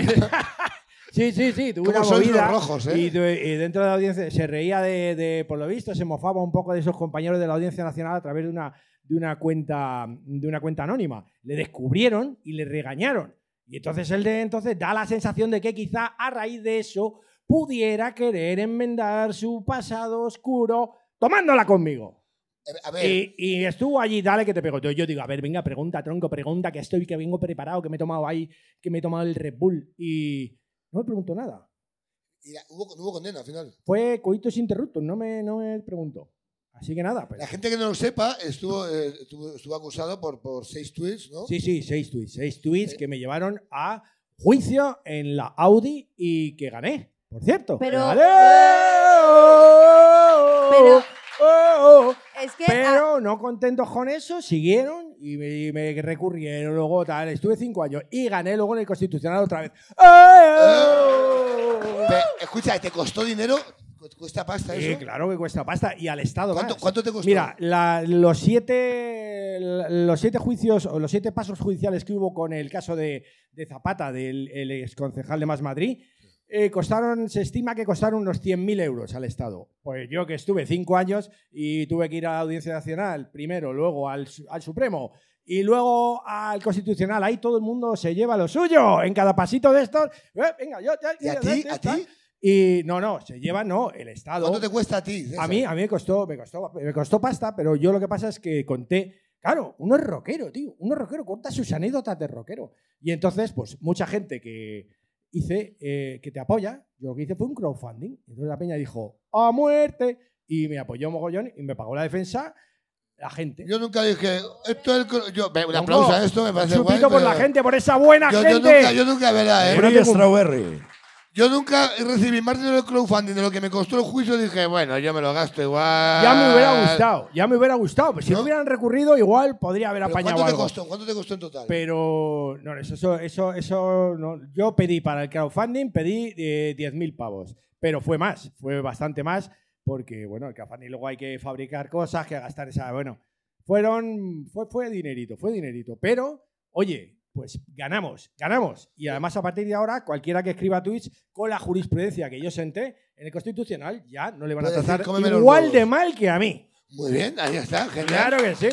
S5: sí, sí, sí, tuvo
S2: ¿Cómo
S5: una
S2: sois los
S5: movida.
S2: rojos, eh?
S5: y, tu- y dentro de la audiencia se reía de, de- por lo visto, se mofaba un poco de esos compañeros de la Audiencia Nacional a través de una, de una, cuenta, de una cuenta anónima. Le descubrieron y le regañaron. Y entonces él de entonces da la sensación de que quizá a raíz de eso pudiera querer enmendar su pasado oscuro tomándola conmigo.
S2: Eh, A ver,
S5: Y, y estuvo allí, dale que te pego. Yo, yo digo, a ver, venga, pregunta, tronco, pregunta, que estoy, que vengo preparado, que me he tomado ahí, que me he tomado el Red Bull. Y no me preguntó nada.
S2: y la- hubo, no hubo condena al final.
S5: Fue coitus interruptus, no me, no me preguntó. Así que nada, pues.
S2: La gente que no lo sepa estuvo, eh, estuvo, estuvo acusado por, por seis tweets, ¿no?
S5: Sí, sí, seis tweets. Seis tweets
S3: Eh.
S2: Sí.
S5: que me llevaron a juicio en la Audi y que gané, por cierto.
S3: Pero- eh,
S5: ¡Gané! ¡Oh!
S3: Pero-
S5: ¡Oh!
S3: Es que ah,
S5: Pero no contentos con eso, siguieron y me, me recurrieron luego tal. Estuve cinco años y gané luego en el Constitucional otra vez. ¡Eh, oh,
S2: Pe- escucha, ¿te costó dinero? ¿Cu- ¿Cuesta pasta
S5: Sí,
S2: eso?
S5: claro que cuesta pasta y al Estado
S2: ¿Cuánto,
S5: más.
S2: cuánto te costó?
S5: Mira, la- los siete los siete juicios o los siete pasos judiciales que hubo con el caso de, de Zapata, del el exconcejal de Más Madrid, eh, costaron, se estima que costaron unos 100.000 euros al Estado. Pues yo que estuve cinco años y tuve que ir a la Audiencia Nacional primero, luego al, Su- al Supremo y luego al Constitucional. Ahí todo el mundo se lleva lo suyo en cada pasito de estos. eh, venga, yo, ya,
S2: ¿Y a
S5: ya,
S2: ti?
S5: ya,
S2: ¿A
S5: ya.
S2: ti?
S5: Y no, no, se lleva no, el Estado.
S2: ¿Cuánto te cuesta a ti? César?
S5: A mí, a mí me costó, me costó, me costó pasta, pero yo lo que pasa es que conté. Claro, uno es rockero, tío. Uno es rockero, cuenta sus anécdotas de rockero. Y entonces, pues, mucha gente que hice, eh, que te apoya, yo lo que hice fue un crowdfunding. Entonces la peña dijo, ¡a muerte! Y me apoyó mogollón y me pagó la defensa la gente.
S2: Yo nunca dije, esto es el cor- yo, ve, un
S5: Pongo
S2: aplauso a esto, me
S5: un
S2: parece guay.
S5: chupito por
S2: pero-
S5: la gente, por esa buena
S2: Yo, yo
S5: gente.
S2: nunca, yo nunca, verá, eh.
S5: Pero
S6: Free
S5: tengo-
S6: Strawberry.
S2: Yo nunca recibí más dinero del crowdfunding de lo que me costó el juicio. Dije, bueno, yo me lo gasto igual.
S5: Ya me hubiera gustado, ya me hubiera gustado. Pues si
S2: ¿No?
S5: no hubieran recurrido, igual podría haber
S2: Pero
S5: apañado
S2: ¿Cuánto te
S5: algo.
S2: costó? ¿Cuánto te costó en total?
S5: Pero no, eso, eso, eso, eso no. yo pedí para el crowdfunding, pedí eh, 10.000 pavos, pero fue más, fue bastante más, porque bueno, el crowdfunding luego hay que fabricar cosas, que gastar esa, bueno, fueron, fue, fue dinerito, fue dinerito, pero Oye, pues ganamos, ganamos. Y además, a partir de ahora, cualquiera que escriba tweets con la jurisprudencia que yo senté en el Constitucional, ya no le van a
S2: Puede decir,
S5: tratar
S2: "Cómeme los
S5: igual
S2: huevos".
S5: de mal que a mí.
S2: Muy bien, ahí está, genial.
S5: Claro que sí.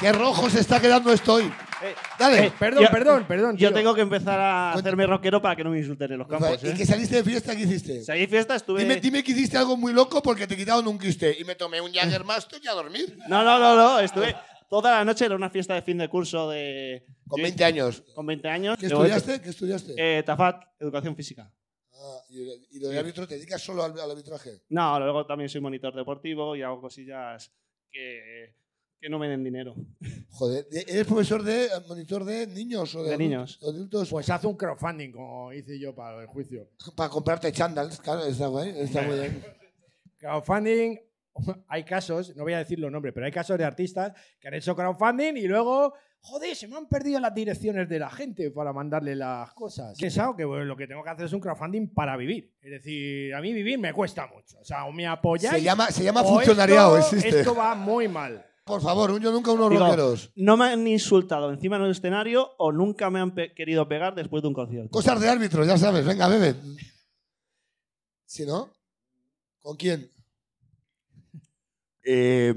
S2: Qué rojo se está quedando esto hoy.
S9: Eh,
S2: Dale.
S9: eh,
S5: Perdón,
S9: yo-
S5: perdón, perdón.
S9: Yo
S5: tío.
S9: tengo que empezar a
S2: Cuenta.
S9: hacerme rockero para que no me insulten en los campos.
S2: ¿Y
S9: ¿eh?
S2: que saliste de fiesta? ¿Qué hiciste?
S9: Si hay fiesta, estuve.
S2: Dime, dime que hiciste algo muy loco porque te quitaron un quiste y me tomé un Jagger Master y a dormir.
S9: No, no, no, no, estuve toda la noche en una fiesta de fin de curso de.
S2: Con
S9: yo-
S2: 20 años.
S9: Con 20 años.
S2: ¿Qué
S9: De momento-
S2: estudiaste? ¿Qué estudiaste?
S9: Eh, Tafat, educación física.
S2: Ah, y, y lo de árbitro te dedicas solo al, al arbitraje.
S9: No, luego también soy monitor deportivo y hago cosillas que, que no me den dinero.
S2: Joder, e-, ¿eres profesor de eh, monitor de niños o de,
S9: De niños.
S2: adultos? adultos?
S5: Pues haz un crowdfunding, como hice yo para el juicio.
S2: Para comprarte chándals, claro, está guay, está muy bien.
S5: Crowdfunding, hay casos, no voy a decir los nombres, pero hay casos de artistas que han hecho crowdfunding y luego, joder, se me han perdido las direcciones de la gente para mandarle las cosas. He Pensado que bueno, lo que tengo que hacer es un crowdfunding para vivir. Es decir, a mí vivir me cuesta mucho. O sea, o me apoyáis.
S2: Se llama, se llama
S5: o
S2: funcionariado,
S5: esto-
S2: existe.
S5: Esto va muy mal.
S2: Por favor, un yo nunca unos
S9: Digo,
S2: rockeros.
S9: No me han insultado encima del escenario o nunca me han pe- querido pegar después de un concierto.
S2: Cosas de árbitro, ya sabes, venga, bebe. Si no, ¿con quién?
S6: Eh,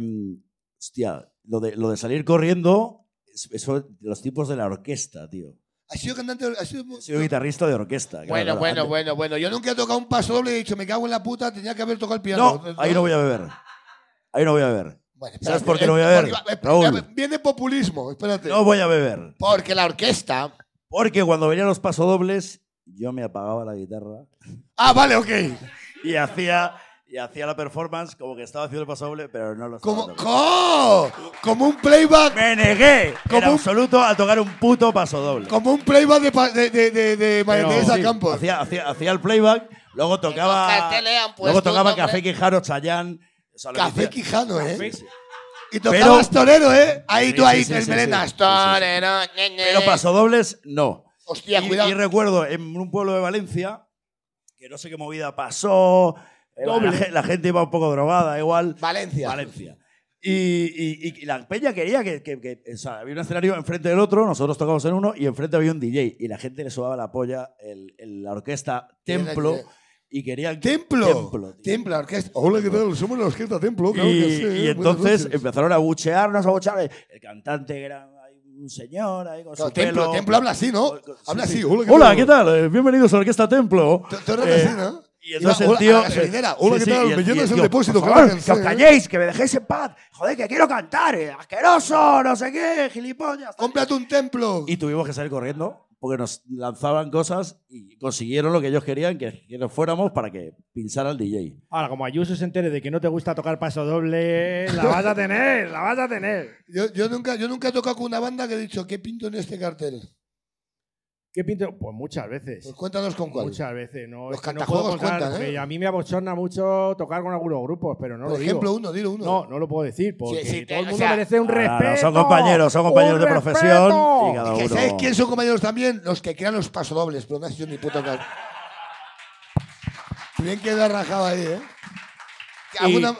S6: hostia, lo de, lo de salir corriendo, es- eso, los tipos de la orquesta, tío.
S2: ¿Has sido cantante? has sido-
S6: Soy guitarrista de orquesta. claro,
S2: Bueno,
S6: claro.
S2: bueno,
S6: Antes-
S2: bueno, bueno. Yo nunca he tocado un paso doble y he dicho, me cago en la puta, tenía que haber tocado el piano.
S6: No, ahí no voy a beber. Ahí no voy a beber.
S2: Bueno,
S6: ¿Sabes
S2: espérate,
S6: por qué no voy a
S2: eh,
S6: ver?
S2: porque- eh,
S6: Raúl.
S2: Viene populismo, espérate.
S6: No voy a beber.
S2: Porque la orquesta.
S6: Porque cuando venían los pasodobles, yo me apagaba la guitarra
S2: Ah, vale, ok.
S6: y hacía, y hacía la performance como que estaba haciendo el pasodoble, pero no lo estaba.
S2: Como,
S6: tocando.
S2: ¡Co! como un playback.
S6: Me negué
S2: Como
S6: en
S2: un-
S6: absoluto a tocar un puto pasodoble.
S2: Como un playback de, pa- de, de, de, de María
S5: Pero-
S2: Teresa
S6: Sí,
S2: Campos.
S6: Hacía, hacía- hacía el playback, luego tocaba.
S2: carteles han puesto
S6: Luego
S2: un
S6: tocaba
S2: nombre.
S6: Café Quijano, Chayán. o sea, lo que
S2: Café
S6: hacía-
S2: Quijano, ¿eh?
S5: ¿Ves?
S2: Y tocabas torero, ¿eh? Ahí
S6: Sí,
S2: tú,
S6: sí,
S2: ahí,
S6: sí,
S2: el
S6: sí,
S2: melenas.
S6: sí, sí.
S2: Torero, ñe, ñe.
S6: Pero pasodobles, no.
S2: Hostia,
S6: y,
S2: cuidado.
S6: y recuerdo en un pueblo de Valencia, que no sé qué movida pasó, eh, la, ge- la gente iba un poco drogada, igual.
S2: Valencia.
S6: Valencia. Y, y- y- y la peña quería que, que- que- o sea, había un escenario enfrente del otro, nosotros tocamos en uno y enfrente había un DJ y la gente le sobaba la polla el, el- la orquesta
S2: Mira
S6: Templo
S2: que-
S6: y querían que-
S2: Templo.
S6: Templo,
S2: Templo,
S6: tío.
S2: orquesta. Hola, ¿qué tal? Somos la orquesta Templo. claro
S6: y,
S2: que sí,
S6: y
S2: ¿eh? Buenas
S6: entonces
S2: noches.
S6: empezaron a buchearnos, a buchear. El cantante era un señor ahí con
S2: Claro,
S6: su
S2: templo,
S6: pelo.
S2: templo habla así, ¿no?
S6: Con- con-
S2: Habla
S6: sí,
S2: así.
S6: sí.
S2: Hola, ¿qué
S6: Hola,
S2: tal?
S6: ¿qué tal? Eh, Bienvenidos a la Orquesta Templo.
S2: Tú- tú eres
S6: Eh,
S2: así, ¿no?
S6: Y entonces
S2: Iba,
S6: el
S2: hola,
S6: tío. eh,
S2: a la gasolinera. Hola, ¿qué tal?
S6: y
S2: Me
S6: y
S2: llenas el
S6: tío,
S2: depósito,
S6: por
S2: claro
S6: favor,
S2: que
S6: que os
S2: sí, ¿eh?"
S6: calléis, que me dejéis en paz. Joder, que quiero cantar, eh, asqueroso, no sé qué, gilipollas. tal.
S2: Cómprate un templo.
S6: Y tuvimos que salir corriendo porque nos lanzaban cosas y consiguieron lo que ellos querían, que, que nos fuéramos para que pinzara el DJ.
S5: Ahora, como Ayuso se entere de que no te gusta tocar paso doble, la vas a tener, la vas a tener.
S2: Yo, yo nunca, yo nunca he tocado con una banda que he dicho, ¿qué pinto en este cartel?
S5: ¿Qué pinto? Pues muchas veces.
S2: Pues cuéntanos con cuál.
S5: Muchas veces, no.
S2: Los
S5: es que no
S2: cantajuegos
S5: puedo contar,
S2: cuentan,
S5: porque
S2: ¿eh?
S5: A mí me abochorna mucho tocar con algunos grupos, pero no
S2: Por
S5: lo
S2: ejemplo,
S5: digo.
S2: uno, dilo uno.
S5: No, no lo puedo decir, porque
S2: Sí, sí,
S5: todo
S2: eh,
S5: el
S2: o
S5: mundo
S2: sea,
S5: merece un
S6: no, no,
S5: respeto.
S6: son compañeros, son compañeros
S5: ¡Un
S6: de profesión
S5: respeto!
S6: y cada
S2: Es que,
S6: uno-
S2: ¿Sabes quién son compañeros también? Los que crean los pasodobles, pero no has hecho ni puto caso. Bien queda rajado ahí, ¿eh? ¿Alguna...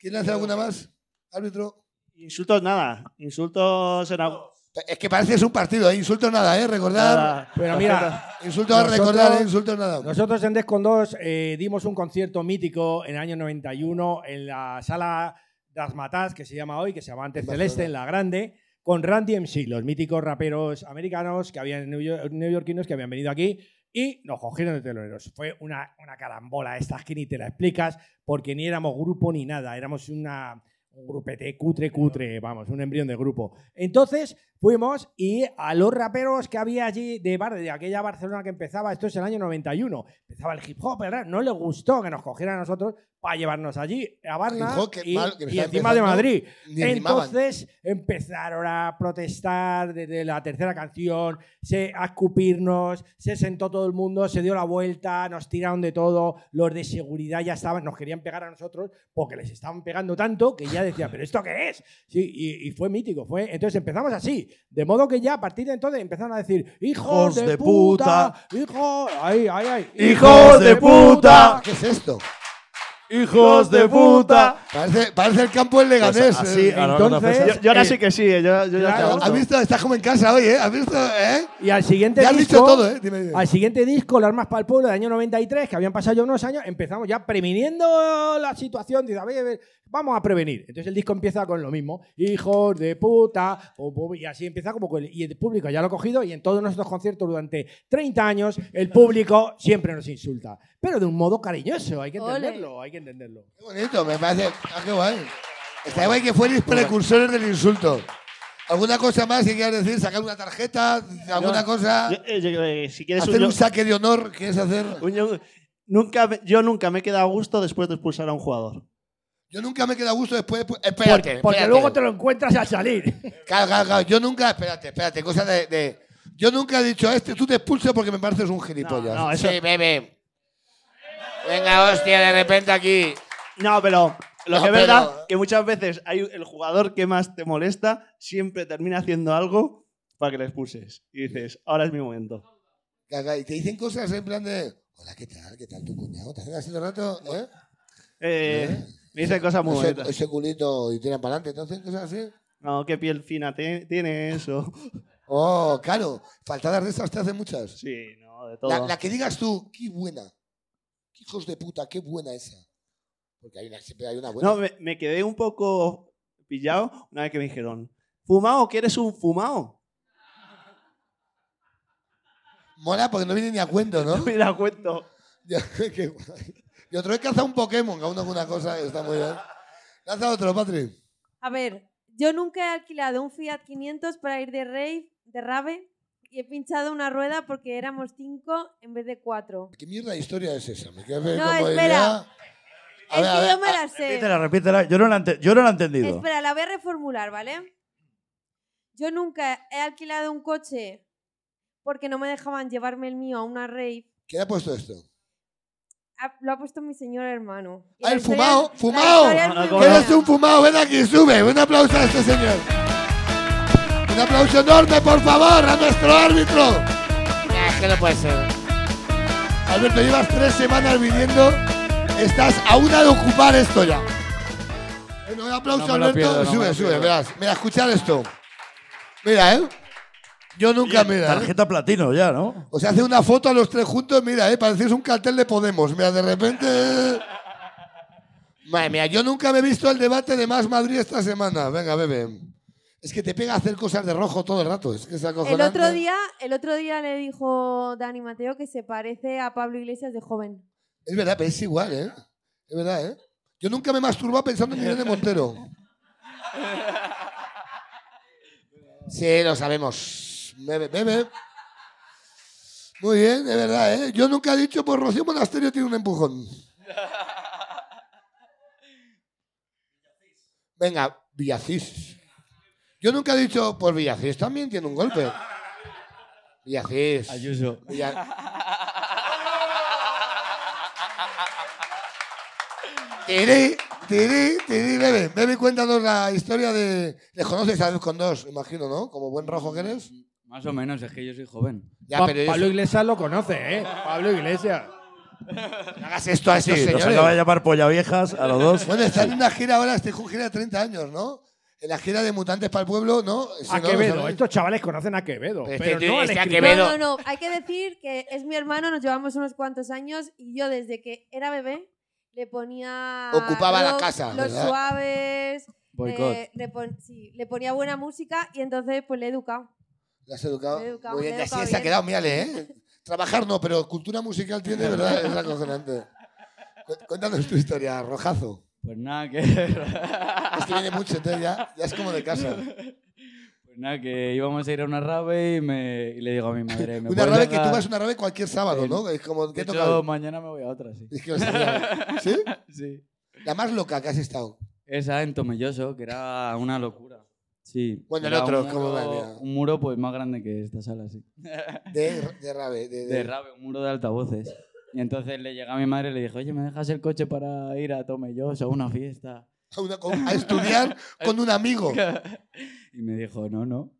S2: ¿Quién hace alguna más? Árbitro.
S9: Insultos nada. Insultos en algo.
S2: Es que parece un partido, ¿eh? insulto nada, ¿eh? Recordar.
S5: Pero mira,
S2: Insulto a
S5: Nosotros-
S2: recordar, ¿eh? insulto nada.
S5: Nosotros en Descon 2 eh, dimos un concierto mítico en el año 91 en la sala Das Matas, que se llama hoy, que se llama antes
S2: En
S5: Celeste,
S2: Barcelona.
S5: en la Grande, con Randy MC, los míticos raperos americanos que habían newyo- neoyorquinos que habían venido aquí y nos cogieron de teloneros. Fue una, una carambola estas que ni te la explicas porque ni éramos grupo ni nada, éramos una, un grupete cutre, cutre, vamos, un embrión de grupo. Entonces fuimos y a los raperos que había allí de, bar, de aquella Barcelona que empezaba, esto es el año 91, empezaba el hip hop, el rap, no le gustó que nos cogieran a nosotros para llevarnos allí a Barna
S2: Hip hop, que
S5: y,
S2: mal, que
S5: y
S2: está
S5: encima de
S2: empezando.
S5: Madrid.
S2: Ni rimaban.
S5: Entonces empezaron a protestar desde la tercera canción, se, a escupirnos, se sentó todo el mundo, se dio la vuelta, nos tiraron de todo, los de seguridad ya estaban, nos querían pegar a nosotros porque les estaban pegando tanto que ya decía, pero ¿esto qué es? Sí, y, y fue mítico, fue. Entonces empezamos así, de modo que ya a partir de entonces empezaron a decir, hijos
S6: Hijos
S5: de,
S6: de
S5: puta, hijos, ay, ay, ay,
S6: ¡Hijos de puta!
S2: ¿Qué es esto?
S6: ¡Hijos de puta!
S2: Parece, parece el campo del Leganés.
S6: Pues así,
S2: eh.
S6: ahora con la
S5: entonces-
S6: fresa-
S9: Yo, yo ahora
S5: Eh,
S9: sí que sí, eh, yo, yo ya
S5: claro,
S9: estoy a gusto.
S2: ¿Has visto? Estás como en casa hoy, ¿eh? ¿Has visto? ¿Eh?
S5: Y al siguiente
S2: Ya has
S5: disco,
S2: dicho todo, ¿eh? Dime, dime.
S5: al siguiente disco, Las armas para el pueblo del año 93, que habían pasado ya unos años, empezamos ya previniendo la situación. Dice, a ver, a ver, vamos a prevenir. Entonces el disco empieza con lo mismo, hijos de puta, o- o- y así empieza como con el, y el público ya lo ha cogido y en todos nuestros conciertos durante 30 años el público siempre nos insulta, pero de un modo cariñoso. Hay que
S3: Ole.
S5: entenderlo, hay que entenderlo.
S2: Qué bonito, me parece. Ah, qué guay. Está guay Este que fuerais precursores del insulto. ¿Alguna cosa más que quieras decir? ¿Sacar una tarjeta? ¿Alguna
S9: No,
S2: cosa?
S9: Yo, eh, yo, eh, si quieres un
S2: ¿Hacer
S9: yo-
S2: un saque de honor? ¿Quieres hacer?
S9: un yo- nunca, me- yo nunca me he quedado a gusto después de expulsar a un jugador.
S2: Yo nunca me he quedado a gusto después de...
S5: Porque,
S2: Espérate,
S5: porque
S2: espérate.
S5: luego te lo encuentras al salir.
S2: Claro, claro, claro. Yo nunca... Espérate, espérate. Cosa de... de- Yo nunca he dicho a este, tú te expulsas porque me pareces un gilipollas.
S9: No, no, eso-
S2: Sí, bebe. Venga, hostia, de repente aquí.
S9: No, pero lo
S2: No,
S9: que es
S2: pero-
S9: verdad que muchas veces hay el jugador que más te molesta siempre termina haciendo algo para que le expulses. Y dices, ahora es mi momento.
S2: Caga, Y te dicen cosas en plan de... Hola, ¿qué tal? ¿Qué tal tu cuñado? ¿Te hace todo el rato? ¿Eh?
S9: Eh,
S2: ¿Eh?
S9: Me dicen cosas muy
S2: Ese,
S9: bonitas.
S2: ese culito y tiran para adelante. Entonces, cosas así.
S9: No, qué piel fina te- tienes o...
S2: Oh, claro. Faltadas de esas te hacen muchas.
S9: Sí, no, de todo.
S2: La, la que digas tú, qué buena. Qué hijos de puta, qué buena esa. Porque hay una, siempre hay una buena.
S9: No, me, me quedé un poco pillado una vez que me dijeron, ¿fumao? que eres un fumao?
S2: Mola porque no viene ni a cuento, ¿no?
S9: Me la cuento.
S2: Qué guay. y otro vez caza un Pokémon, cada uno con una cosa, está muy bien. Caza otro, Patrick.
S3: A ver, yo nunca he alquilado un Fiat 500 para ir de rave, de rave y he pinchado una rueda porque éramos cinco en vez de cuatro.
S2: ¿Qué mierda de historia es esa? Me quedé
S3: No,
S2: como
S3: espera.
S2: idea. A
S3: es
S2: ver, a
S3: que
S2: ver,
S3: yo me
S2: a-
S3: la sé.
S6: Ah, Repítela, repítela. Yo no la, ente- yo no la he entendido.
S3: Espera, la voy a reformular, ¿vale? Yo nunca he alquilado un coche porque no me dejaban llevarme el mío a una rave.
S2: ¿Quién ha puesto esto?
S3: Ha- Lo ha puesto mi señor hermano. Y
S2: Ah,
S3: la
S2: el
S3: historia-
S2: fumao,
S3: la
S2: fumao.
S3: historia es
S9: Ah, No,
S3: muy
S9: no, ¿cómo
S3: buena.
S2: ¡Eres un fumado! ¡Ven aquí, sube! ¡Un aplauso a este señor! ¡Un aplauso enorme, por favor, a nuestro árbitro! Es que no puede ser. Alberto, llevas tres semanas viniendo. Estás a una de ocupar esto ya. Bueno, un aplauso,
S6: No me lo
S2: Alberto.
S6: pierdo, no me
S2: sube,
S6: lo
S2: sube,
S6: pierdo.
S2: verás. Mira, escuchad esto. Mira, ¿eh? Yo nunca, mira. ¿eh?
S6: Tarjeta platino ya, ¿no?
S2: O sea, hace una foto a los tres juntos, mira, eh, parecéis un cartel de Podemos. Mira, de repente. eh. Madre mía, yo nunca me he visto el debate de Más Madrid esta semana. Venga, bebe. Es que te pega hacer cosas de rojo todo el rato. Es que es
S3: El
S2: acojonante.
S3: otro, día, el otro día le dijo Dani Mateo que se parece a Pablo Iglesias de joven.
S2: Es verdad, pero es igual, ¿eh? Es verdad, ¿eh? Yo nunca me he masturbado pensando en Irene Montero. Sí, lo sabemos. Bebe, bebe. Muy bien, es verdad, ¿eh? Yo nunca he dicho, pues Rocío Monasterio tiene un empujón. Venga, Villacís. Yo nunca he dicho, pues Villacís también tiene un golpe. Villacís.
S9: Ayuso.
S2: Villa- Tiri, tiri, tiri, bebe. Bebe, cuéntanos la historia de... Les conoces a con dos, imagino, ¿no? Como buen rojo que eres.
S10: Más o menos, es que yo soy joven.
S2: Ya,
S5: Pa-
S2: pero
S5: Pablo
S2: eso-
S5: Iglesias lo conoce, ¿eh? Pablo Iglesias.
S2: no hagas esto a estos
S6: Sí, nos
S2: señores.
S6: acaba de llamar polla viejas a los dos.
S2: Bueno, están en una gira ahora, este es una gira de 30 años, ¿no? En la gira de Mutantes para el Pueblo, ¿no? Si
S5: a
S2: no,
S5: Quevedo.
S2: ¿sabéis?
S5: Ah, Estos chavales conocen a Quevedo.
S2: Este
S5: pero
S2: tío-
S5: no al
S2: este a
S5: escritor.
S2: Quevedo.
S3: No, no, no. Hay que decir que es mi hermano, nos llevamos unos cuantos años y yo desde que era bebé le ponía.
S2: Ocupaba la
S3: rock,
S2: casa,
S3: Los
S2: ¿verdad?
S3: suaves.
S10: Boicot.
S3: eh, le, pon- sí, le ponía buena música y entonces pues le he educado.
S2: La has educado.
S3: Me he educado,
S2: Muy bien,
S3: me
S2: y
S3: he
S2: así
S3: educado
S2: se ha
S3: bien.
S2: quedado, mírale, ¿eh? Trabajar no, pero cultura musical tiene, ¿verdad? Es acojonante. Cu- Cuéntanos tu historia, Rojazo.
S10: Pues nada, que.
S2: Es que viene mucho, entonces ya, ya es como de casa.
S10: Pues nada, que íbamos a ir a una rave y, me, y le digo a mi madre. ¿me
S2: Una
S10: puedes
S2: rave que
S10: dejar?
S2: tú vas a una rave cualquier sábado,
S10: Sí.
S2: ¿no? Es como,
S10: De
S2: ¿qué
S10: hecho,
S2: toca? hoy?
S10: mañana me voy a otra, sí.
S2: Es que lo sabía. ¿Sí?
S10: sí.
S2: La más loca que has estado.
S10: Esa en Tomelloso, que era una locura. Sí.
S2: Bueno, el
S10: era
S2: otro,
S10: un
S2: ¿cómo
S10: muro-
S2: valía?
S10: Un muro pues más grande que esta sala, sí.
S2: De, de rave. De, de-
S10: De rave, un muro de altavoces. Y entonces le llega a mi madre y le dijo, oye, ¿me dejas el coche para ir a Tomelloso a una fiesta?
S2: a, una- con- a estudiar con un amigo.
S10: y me dijo, no, no.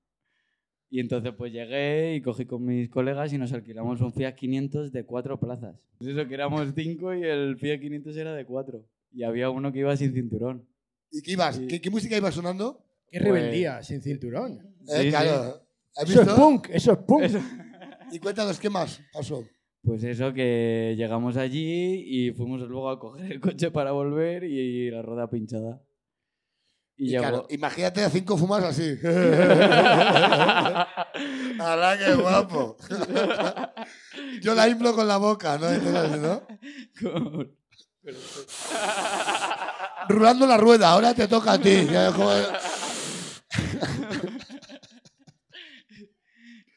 S10: Y entonces pues llegué y cogí con mis colegas y nos alquilamos un Fiat 500 de cuatro plazas. Pues eso que éramos cinco y el Fiat 500 era de cuatro. Y había uno que iba sin cinturón.
S2: ¿Y qué ibas?
S10: Sí. Pues
S2: ¿Qué, qué música iba sonando?
S5: Qué rebeldía, sin cinturón.
S2: Eh,
S10: Sí, sí.
S2: claro. ¿Has
S5: Eso es
S2: visto?
S5: punk, eso es punk.
S10: Eso-
S2: Y cuéntanos, ¿qué más pasó?
S10: Pues eso, que llegamos allí y fuimos luego a coger el coche para volver y la rueda pinchada. Y,
S2: Y
S10: llegó-
S2: claro, imagínate a cinco fumas así. ¡Hala, qué guapo! Yo la inflo con la boca, ¿no? Entonces, ¿no?
S10: con-
S2: Rulando la rueda, ahora te toca a ti. Ya, joder.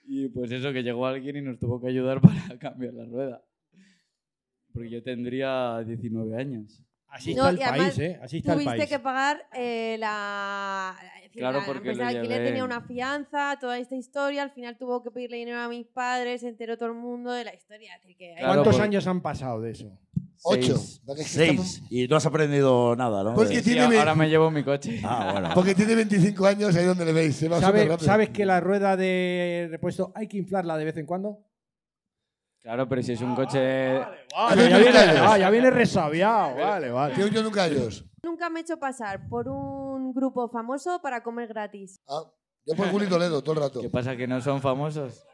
S10: Y pues eso, que llegó alguien y nos tuvo que ayudar para cambiar la rueda. Porque yo tendría 19 años.
S5: Así
S3: No,
S5: está el
S3: y además
S5: país, ¿eh? Así está el
S3: Tuviste
S5: país.
S3: que pagar eh, la. es decir,
S10: Claro,
S3: la
S10: porque
S3: empresa
S10: lo
S3: de alquiler
S10: llevé.
S3: tenía una fianza, toda esta historia. Al final tuvo que pedirle dinero a mis padres, se enteró todo el mundo de la historia. es decir, que
S10: Claro,
S5: ¿Cuántos
S10: por-
S5: años han pasado de eso?
S2: Ocho.
S10: Seis.
S6: ¿Eh? Seis. Y no has aprendido nada, ¿no?
S2: Porque
S6: De-
S10: Sí,
S2: tiene ve-
S10: ahora me llevo mi coche.
S6: Ah, bueno.
S2: Porque tiene 25 años, ahí donde le veis. se va
S5: ¿Sabe-
S2: superrápido.
S5: ¿Sabes que la rueda de repuesto hay que inflarla de vez en cuando?
S10: Claro, pero si es un coche...
S2: Ah, yo
S5: ya, viene,
S2: nunca ellos.
S5: ah, ya viene resabiado. Vale, vale.
S2: Yo- yo nunca ellos.
S3: Nunca me he hecho pasar por un grupo famoso para comer gratis.
S2: Ah, yo por Juli Toledo todo el rato.
S10: ¿Qué pasa, que no son famosos?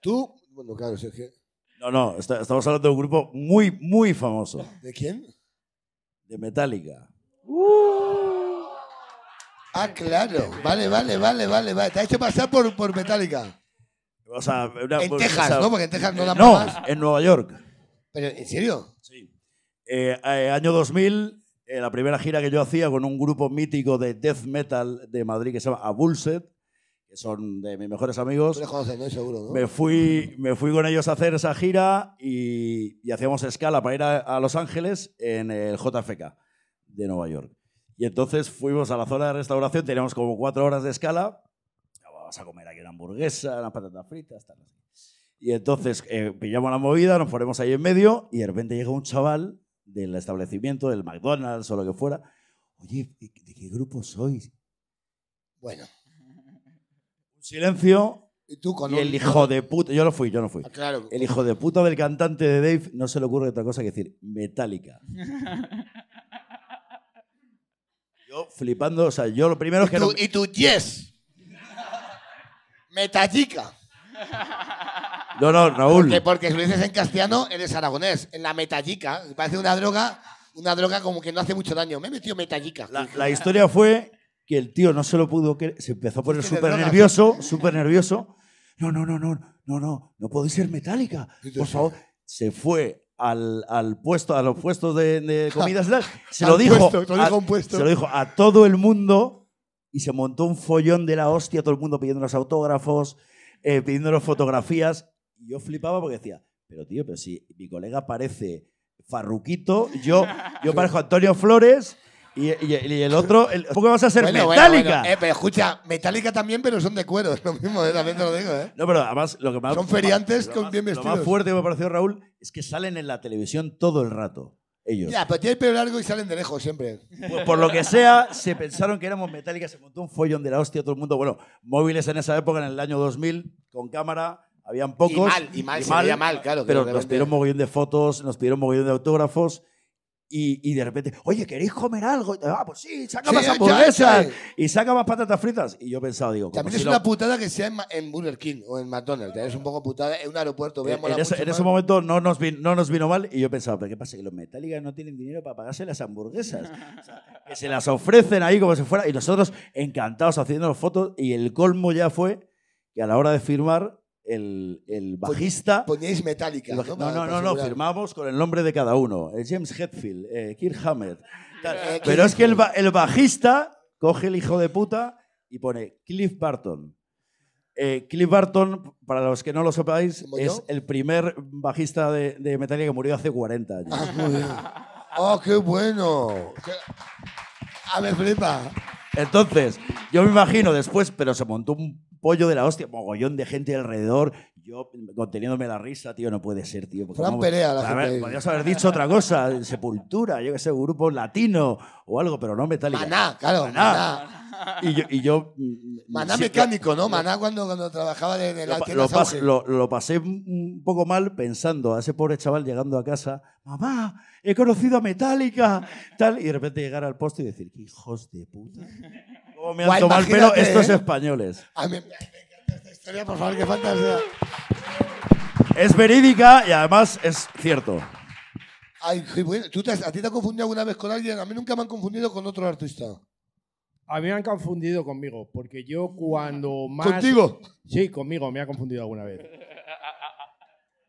S2: Tú, bueno, claro, si es que-
S6: No, no, está- estamos hablando de un grupo muy, muy famoso.
S2: ¿De quién?
S6: De Metallica.
S2: Ah, claro. Vale, vale, vale, vale, vale. Te ha hecho pasar por, por Metallica.
S6: O sea, una-
S2: En
S6: o
S2: Texas,
S6: sea,
S2: ¿no? Porque en Texas no dan
S6: No,
S2: más.
S6: en Nueva York.
S2: Pero, ¿en serio?
S6: Sí. Eh, eh, año 2000, eh, la primera gira que yo hacía con un grupo mítico de death metal de Madrid que se llama Abulset, que son de mis mejores amigos.
S2: Tú les conoces, ¿no? Seguro, ¿no?
S6: Me fui, me fui con ellos a hacer esa gira y, y hacíamos escala para ir a, a Los Ángeles en el JFK de Nueva York. Y entonces fuimos a la zona de restauración, teníamos como cuatro horas de escala. Ah, Vamos a comer aquí una hamburguesa, unas patatas fritas, tal. Y entonces eh, pillamos la movida, nos ponemos ahí en medio y de repente llega un chaval del establecimiento, del McDonald's o lo que fuera. Oye, ¿de de qué grupo sois?
S2: Bueno.
S6: Un silencio
S2: Y tú con
S6: y
S2: un-
S6: el hijo de puta. Yo no fui, yo no fui.
S2: Ah, Claro.
S6: El hijo de puta del cantante de Dave no se le ocurre otra cosa que decir Metallica.
S2: Oh.
S6: Yo flipando, o sea, yo lo primero es
S2: Y
S6: que
S2: tú,
S6: no,
S2: y tú, yes. Metallica.
S6: no, no, Raúl.
S2: Que porque si lo dices en castellano, eres aragonés. En la metallica. Parece una droga, una droga como que no hace mucho daño. Me he metido metallica.
S6: La, la historia fue que el tío no se lo pudo creer, se empezó a poner
S2: Es que te
S6: súper
S2: drogas.
S6: nervioso, súper nervioso. No, no, no, no, no, no, no podéis ser Metallica, por favor. Se fue al, al puesto, a los puestos de, de comidas, y tal, se
S2: Al
S6: lo dijo,
S2: puesto, te lo
S6: a-
S2: dijo un puesto.
S6: se lo dijo a todo el mundo y se montó un follón de la hostia, todo el mundo pidiéndonos autógrafos, eh, pidiéndonos fotografías. Y yo flipaba porque decía, pero tío, pero si mi colega parece Farruquito, yo, yo parezco Antonio Flores y, y- y el otro, el, ¿por qué vas a ser
S2: Pues, Bueno, bueno,
S6: Metallica?
S2: bueno. Eh, pero escucha, metálica también, pero son de cuero. Es lo mismo, eh, también te lo digo, ¿eh?
S6: No, pero además lo que más...
S2: Son feriantes
S6: lo
S2: con
S6: más-
S2: bien
S6: Lo
S2: vestidos.
S6: más fuerte que me pareció, Raúl, es que salen en la televisión todo el rato. Ellos.
S2: Ya, pero tiene el pelo largo y salen de lejos siempre.
S6: Por, Pues por lo que sea, se pensaron que éramos Metallica, se montó un follón de la hostia todo el mundo. Bueno, móviles en esa época, en el año 2000, con cámara, habían pocos.
S2: Y mal, y mal, se veía mal, claro, que
S6: Pero
S2: de
S6: nos
S2: repente-
S6: pidieron mogollón de fotos, nos pidieron mogollón de autógrafos. Y, y de repente, oye, ¿queréis comer algo? Y, Ah, pues sí, saca
S2: Sí,
S6: más
S2: ya,
S6: hamburguesas
S2: ya, ya.
S6: y saca más patatas fritas. Y yo pensaba, digo, como
S2: También
S6: Pues si
S2: es
S6: lo-
S2: una putada que sea en, Ma- en Burger King o en McDonald's. ¿eh? Es un poco putada. En un aeropuerto,
S6: en,
S2: veamos
S6: en ese, en ese momento no nos, vin- no nos vino mal y yo pensaba, ¿pero qué pasa? Que los Metallica no tienen dinero para pagarse las hamburguesas. O sea, que se las
S2: Eh,
S6: ofrecen ahí como si fuera y nosotros encantados haciendo fotos y el colmo ya fue que a la hora de firmar el, el bajista...
S2: Poníais metálica.
S6: el baji-
S2: ¿no?
S6: no,
S2: Para-
S6: no,
S2: para
S6: no, no,
S2: asegurar.
S6: firmamos con el nombre de cada uno. Eh, James Hetfield, eh, Kirk Hammett. tal.
S2: Eh,
S6: Pero es que el,
S2: Cliff.
S6: ba- el bajista coge el hijo de puta y pone Cliff Barton. Eh, Cliff Barton, para los que no lo sepáis,
S2: ¿Como
S6: es
S2: yo?
S6: el primer bajista de, de Metallica que murió hace 40 años.
S2: Ah, muy bien. ¡Oh, qué bueno! Qué- Ah, me flipa.
S6: Entonces, yo me imagino después, pero se montó un pollo de la hostia, mogollón de gente alrededor. Yo conteniéndome la risa, tío, no puede ser, tío. porque
S2: Fran
S6: cómo-
S2: pelea a la
S6: A ver,
S2: gente ahí.
S6: Podrías haber dicho otra cosa, Sepultura, yo qué sé, un grupo latino o algo, pero no metálica.
S2: Maná, claro,
S6: Maná.
S2: maná.
S6: Y yo. Y yo mm,
S2: Maná
S6: sí,
S2: mecánico, ¿no? Maná cuando, cuando trabajaba en el
S6: Lo, pa-
S2: en
S6: lo
S2: las
S6: pas-
S2: auges.
S6: lo- lo pasé un poco mal pensando a ese pobre chaval llegando a casa, mamá, he conocido a Metallica, tal, y de repente llegar al poste y decir, "Qué hijos de puta. ¿Cómo me han
S2: Guau,
S6: tomado el pelo
S2: imagínate,
S6: estos
S2: ¿eh?
S6: españoles?
S2: A mí me encanta esta historia, por favor, qué fantasía.
S6: Es verídica y además es cierto.
S2: Ay, qué bueno. ¿Tú te has- ¿A ti te has confundido alguna vez con alguien? A mí nunca me han confundido con otro artista.
S5: A mí me han confundido conmigo, porque yo cuando más...
S2: ¿Contigo?
S5: Sí, conmigo, me ha confundido alguna vez.
S2: Eh,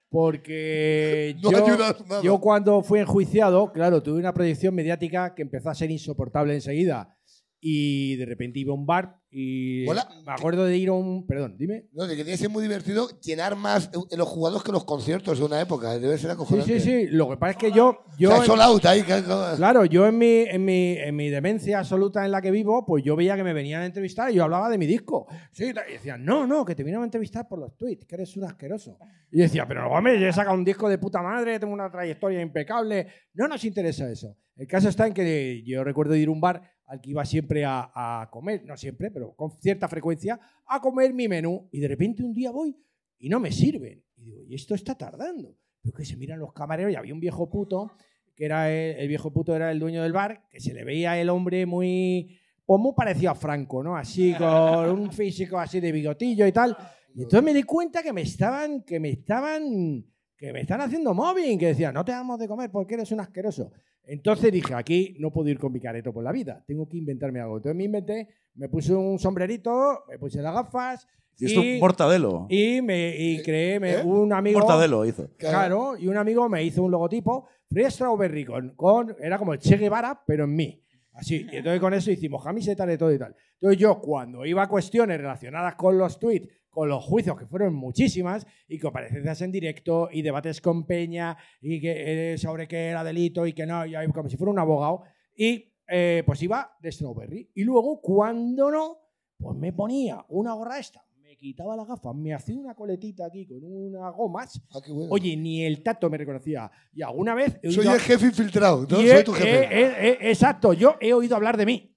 S5: Porque
S2: No
S5: yo,
S2: ayudas nada.
S5: yo cuando fui enjuiciado, claro, tuve una proyección mediática que empezó a ser insoportable enseguida. Y de repente iba a un bar y
S2: Hola.
S5: me acuerdo de ir a un... Perdón, dime.
S2: No, de que tiene que ser muy divertido llenar más eh, los jugadores que los conciertos de una época. Debe ser
S5: Sí,
S2: acojonante.
S5: sí, sí. Lo que pasa es que yo... yo
S2: Yo,
S5: en-
S2: ahí. que- que-
S5: Claro, yo en mi, en, mi, en mi demencia absoluta en la que vivo, pues yo veía que me venían a entrevistar y yo hablaba de mi disco. Sí, y decían, no, no, que te vinieron a entrevistar por los tweets, que eres un asqueroso. Y decía, pero hombre, yo he sacado un disco de puta madre, tengo una trayectoria impecable. No nos interesa eso. El caso está en que yo recuerdo ir a un bar al que iba siempre a, a comer, no siempre, pero con cierta frecuencia, a comer mi menú. Y de repente un día voy y no me sirven. Y digo, y esto está tardando. Pero que se miran los camareros y había un viejo puto que era el, el viejo puto era el dueño del bar, que se le veía el hombre muy, pues muy parecido a Franco, ¿no? Así, con un físico así de bigotillo y tal. Y entonces me di cuenta que me estaban, que me estaban, que me están haciendo mobbing, que decían, no te damos de comer porque eres un asqueroso. Entonces dije, aquí no puedo ir con mi careto por la vida, tengo que inventarme algo. Entonces me inventé, me puse un sombrerito, me puse las gafas
S6: Y esto
S5: y,
S6: un mortadelo.
S5: y me, y creé me-
S2: ¿Eh?
S5: un
S6: Un
S5: amigo.
S6: mortadelo hizo.
S5: Claro, y un amigo me hizo un logotipo, Free Strawberry, con, con- era como el Che Guevara, pero en mí. Así, y entonces con eso hicimos camisetas de todo y tal. Entonces yo, cuando iba a cuestiones relacionadas con los tweets, con los juicios, que fueron muchísimas, y comparecencias en directo, y debates con Peña, y que, eh, sobre qué era delito y que no, y ahí como si fuera un abogado, y eh, pues iba de Strawberry. Y luego, cuando no, pues me ponía una gorra esta, me quitaba las gafas, me hacía una coletita aquí con unas gomas,
S2: Ah, qué bueno.
S5: Oye, ni el tacto me reconocía. Y alguna vez. he
S2: soy
S5: oído-
S2: el jefe infiltrado. ¿no?
S5: y
S2: soy
S5: he-
S2: tu jefe.
S5: he- he- he- eh, exacto, yo he oído hablar de mí.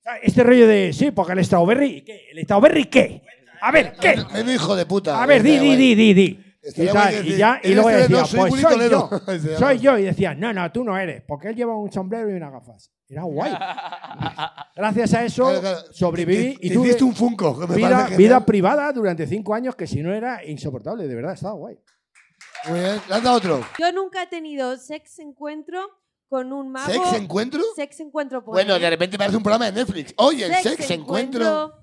S5: O sea, Este rollo de. Sí, porque el Strawberry. ¿Qué? ¿El Strawberry qué? A ver, ¿qué?
S2: Menudo hijo de puta.
S5: A ver, di,
S2: Está
S5: di,
S2: guay.
S5: di, di, di.
S2: Estaría
S5: Y,
S2: guay
S5: tal,
S2: decir,
S5: y ya, y
S2: "Eres
S5: luego
S2: de-
S5: decía,
S2: no, soy
S5: pues
S2: muy
S5: soy
S2: Toledo".
S5: yo,
S2: Se
S5: soy
S2: llama.
S5: yo. Y decía, no, no, tú no eres, porque él lleva un sombrero y unas gafas. Era guay. Gracias a eso
S2: Claro, claro.
S5: sobreviví
S2: Te-
S5: y
S2: te
S5: tuve
S2: hiciste un Funko. que me
S5: vida,
S2: parece
S5: vida
S2: genial.
S5: privada durante cinco años que si no era insoportable, de verdad, estaba guay.
S2: Muy bien. Lanza otro.
S3: Yo nunca he tenido sex encuentro con un mago.
S2: ¿Sex encuentro?
S3: Sex encuentro. pone,
S2: Bueno,
S3: ¿eh?
S2: de repente parece un programa de Netflix. Oye, el sex encuentro.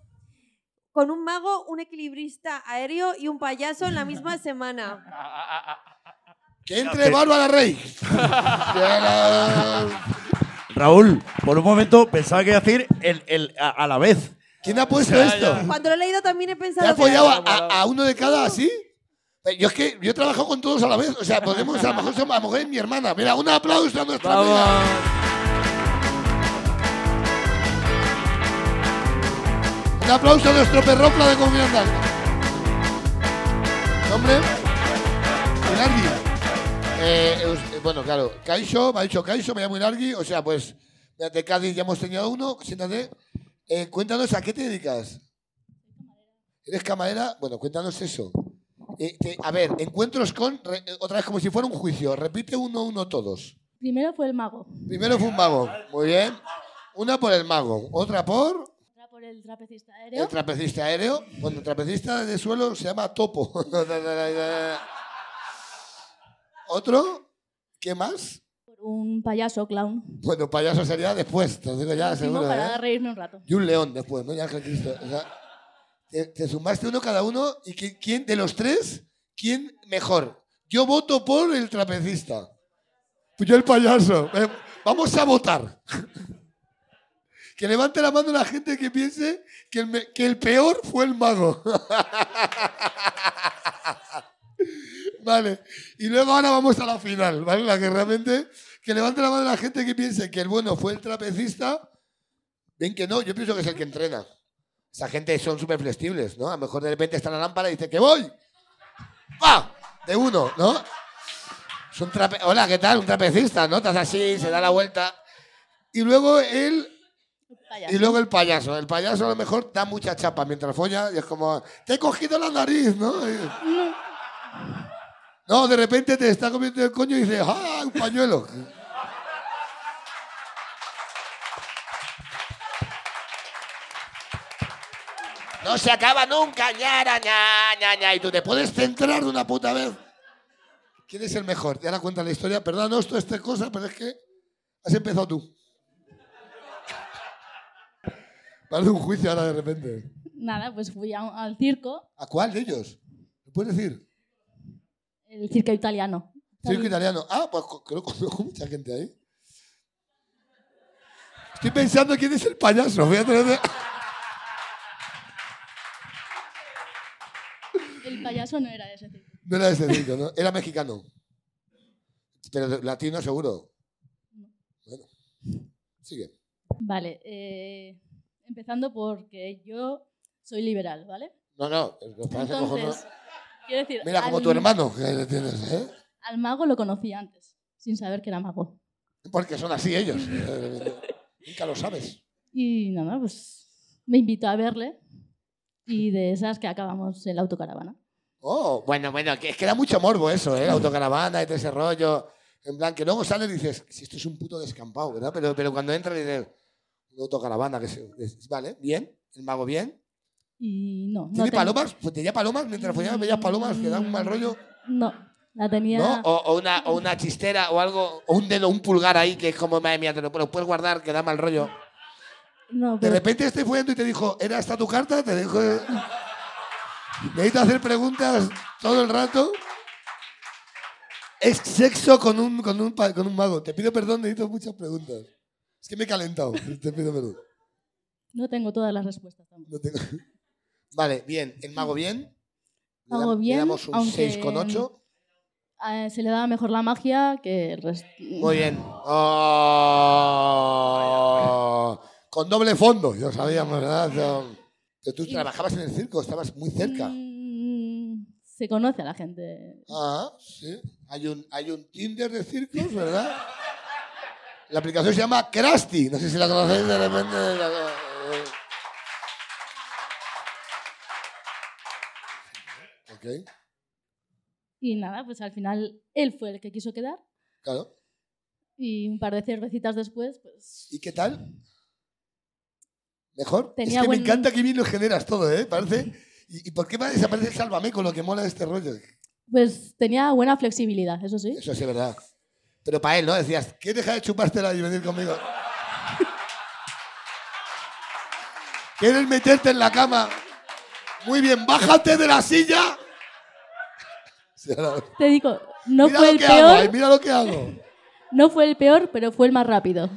S3: Con un mago, un equilibrista aéreo y un payaso en la misma semana.
S2: Que entre Bárbara Rey.
S6: Raúl, por un momento pensaba que iba a decir el, el- a, a la vez.
S2: ¿Quién ha puesto
S9: Ya,
S2: esto?
S9: ya.
S3: Cuando lo he leído también he
S2: ¿Te
S3: pensado.
S2: has follado a,
S3: que-
S2: a- a uno de cada así? Eh, Yo es que yo he trabajado con todos a la vez. O sea, podemos, a lo mejor somos, a lo mejor es mi hermana. Mira, un aplauso a nuestra amiga. Un aplauso a nuestro perrofla de confianza. Nombre. Inargi. Eh, eus- eh, bueno, claro. Caixo, me ha dicho Caixo, me llamo Inargi. O sea, pues, mira, de Cádiz ya hemos tenido uno. Siéntate. Eh, cuéntanos, ¿a qué te dedicas? ¿Eres camarera? Bueno, cuéntanos eso. Eh, te- a ver, encuentros con... re- eh, otra vez, como si fuera un juicio. Repite uno a uno todos.
S11: Primero fue el mago,
S2: Primero fue un mago. Muy bien. Una por el mago. Otra por...
S11: otra por el trapecista
S2: El
S11: aéreo,
S2: trapecista aéreo, bueno, el trapecista de suelo se llama topo. Otro, ¿qué más?
S11: por un payaso clown.
S2: Bueno, payaso sería después, te lo digo ya,
S11: Último
S2: seguro.
S11: para
S2: ¿eh?
S11: reírme un rato.
S2: Y un león después, ¿no? Ya, Ángel Cristo. O sea, te, te sumaste uno cada uno y qui- quién de los tres, quién mejor. Yo voto por el trapecista. Pues yo el payaso. Eh, vamos a votar. que levante la mano la gente que piense que el, me- que el peor fue el mago. vale. Y luego ahora vamos a la final, ¿vale? La que realmente. Que levante la mano la gente que piense que el bueno fue el trapecista. Ven que no, yo pienso que es el que entrena. Esa gente son súper flexibles, ¿no? A lo mejor de repente está en la lámpara y dice que voy. ¡Pa! De uno, ¿no? Es un trape- Hola, ¿qué tal? Un trapecista, ¿no? Estás así, se da la vuelta. Y luego él Y luego el payaso. El payaso a lo mejor da mucha chapa mientras folla y es como, te he cogido la nariz, ¿no? Y- No, de repente te está comiendo el coño y dices, ¡ah, un pañuelo! No se acaba nunca, ñara, ña, ña, ña. Y tú te puedes centrar de una puta vez. ¿Quién es el mejor? Ya la cuenta la historia. Perdón, no, esto es tres cosas, pero es que has empezado tú. Parece un juicio ahora de repente.
S11: Nada, pues fui a un- al circo,
S2: ¿A cuál de ellos? ¿Me puedes decir?
S11: el circo italiano.
S2: Circo italiano. Ah, pues co- creo que conozco mucha gente ahí. Estoy pensando quién es el payaso. Voy a tener de-
S11: El payaso no era ese circo.
S2: No era de ese circo, ¿no? Era mexicano. Pero de- latino seguro. Bueno. Sigue.
S11: Vale, eh, empezando porque yo soy liberal, ¿vale?
S2: No, no. es que parece
S11: Entonces,
S2: cojonudo.
S11: quiero decir,
S2: Mira, como
S11: al-
S2: tu hermano que le tienes, ¿eh?
S11: Al mago lo conocí antes, sin saber que era mago.
S2: Porque son así ellos. Eh, Nunca lo sabes.
S11: Y nada, pues me invitó a verle y de esas que acabamos en la autocaravana.
S2: Oh, bueno, bueno, que es que da mucho morbo eso, ¿eh? La autocaravana y todo ese rollo. En plan, que luego sales y dices, si esto es un puto descampado, ¿verdad? Pero, pero cuando entras dices, una autocaravana, que se- es- vale, bien, el mago bien.
S11: Y no, no
S2: ¿Tiene
S11: ten-
S2: palomas? Pues tenía palomas, mientras follabas veías palomas, que da un mal rollo.
S11: No, la tenía...
S2: ¿No? O, o una, o una chistera o algo, o un dedo, un pulgar ahí, que es como, madre mía, te lo, lo puedes guardar, que da mal rollo.
S11: No,
S2: De
S11: pero-
S2: repente estoy follando y te dijo, ¿era esta tu carta? Te dijo... Necesito hacer preguntas todo el rato. Es sexo con un, con un, pa- con un mago. Te pido perdón, necesito muchas preguntas. Es que me he calentado. Te pido perdón.
S11: no tengo todas las respuestas. tampoco.
S2: No tengo- Vale, bien. El mago bien. Le
S11: Mago
S2: dam- le
S11: bien,
S2: damos un
S11: aunque-
S2: 6,8.
S11: Eh, se le daba mejor la magia que el resto.
S2: Muy bien. Oh, con doble fondo, ya sabíamos, ¿verdad? Yo- Pero tú trabajabas en el circo, estabas muy cerca.
S11: Mm, se conoce a la gente.
S2: Ah, sí. Hay un, hay un Tinder de circos, ¿verdad? La aplicación se llama Krusty. No sé si la conocéis de
S9: 어,
S2: repente. la- Ok,
S11: Y nada, pues al final él fue el que quiso quedar
S2: claro.
S11: y un par de cervecitas después, pues
S2: ¿Y qué tal? ¿Mejor?
S11: Tenía
S2: es que
S11: buen-
S2: me encanta que bien lo generas todo, ¿eh? Parece... ¿Y, y por qué va a desaparecer Sálvame con lo que mola de este rollo?
S11: Pues tenía buena flexibilidad, eso sí.
S2: Eso sí es verdad. Pero para él, ¿no? Decías, ¿qué deja de chupártela y venir conmigo? ¿Quieres meterte en la cama? Muy bien, bájate de la silla. Sí, ahora-
S11: Te digo, no
S2: mira
S11: fue
S2: lo
S11: el
S2: que hago,
S11: peor,
S2: eh, mira lo que hago.
S11: no fue el peor, pero fue el más rápido.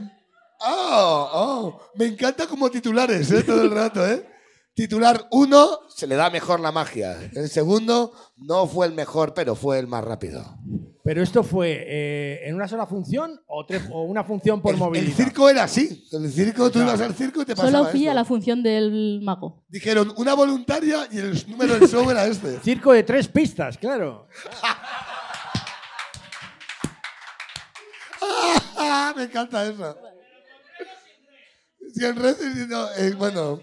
S2: Oh, oh, me encanta como titulares, ¿eh? Todo el rato, ¿eh? Titular 1, se le da mejor la magia. El segundo, no fue el mejor, pero fue el más rápido.
S5: Pero esto fue eh, en una sola función o, tres, o una función por movilidad.
S2: El circo era así. El circo, tú ibas al circo y te pasaba
S11: Solo fui
S2: esto.
S11: a la función del mago.
S2: Dijeron una voluntaria y el número del show era este.
S5: Circo de tres pistas, claro.
S2: Ah, Me encanta eso. Si en red, no, eh, bueno,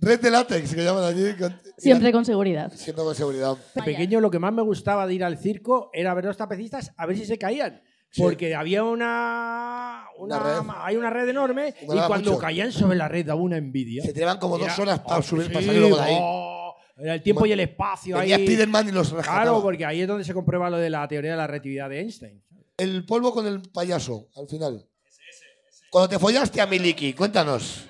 S2: red de látex que llaman allí. con-
S11: Siempre con seguridad.
S2: Siempre con seguridad.
S5: De pequeño lo que más me gustaba de ir al circo era ver los trapecistas a ver si se caían. Porque había una, una,
S2: Una red.
S5: hay una red enorme y
S2: Molaba
S5: cuando
S2: mucho.
S5: caían sobre la red daba una envidia.
S2: Se tiraban como dos
S5: Era-
S2: horas para
S5: oh,
S2: subir, para
S5: sí,
S2: salir luego de ahí.
S5: oh, era el tiempo y el espacio
S2: Venía
S5: ahí.
S2: Spiderman y los rescataba.
S5: Claro, porque ahí es donde se comprueba lo de la teoría de la relatividad de Einstein.
S2: El polvo con el payaso, al final. Cuando te follaste a Miliki, cuéntanos.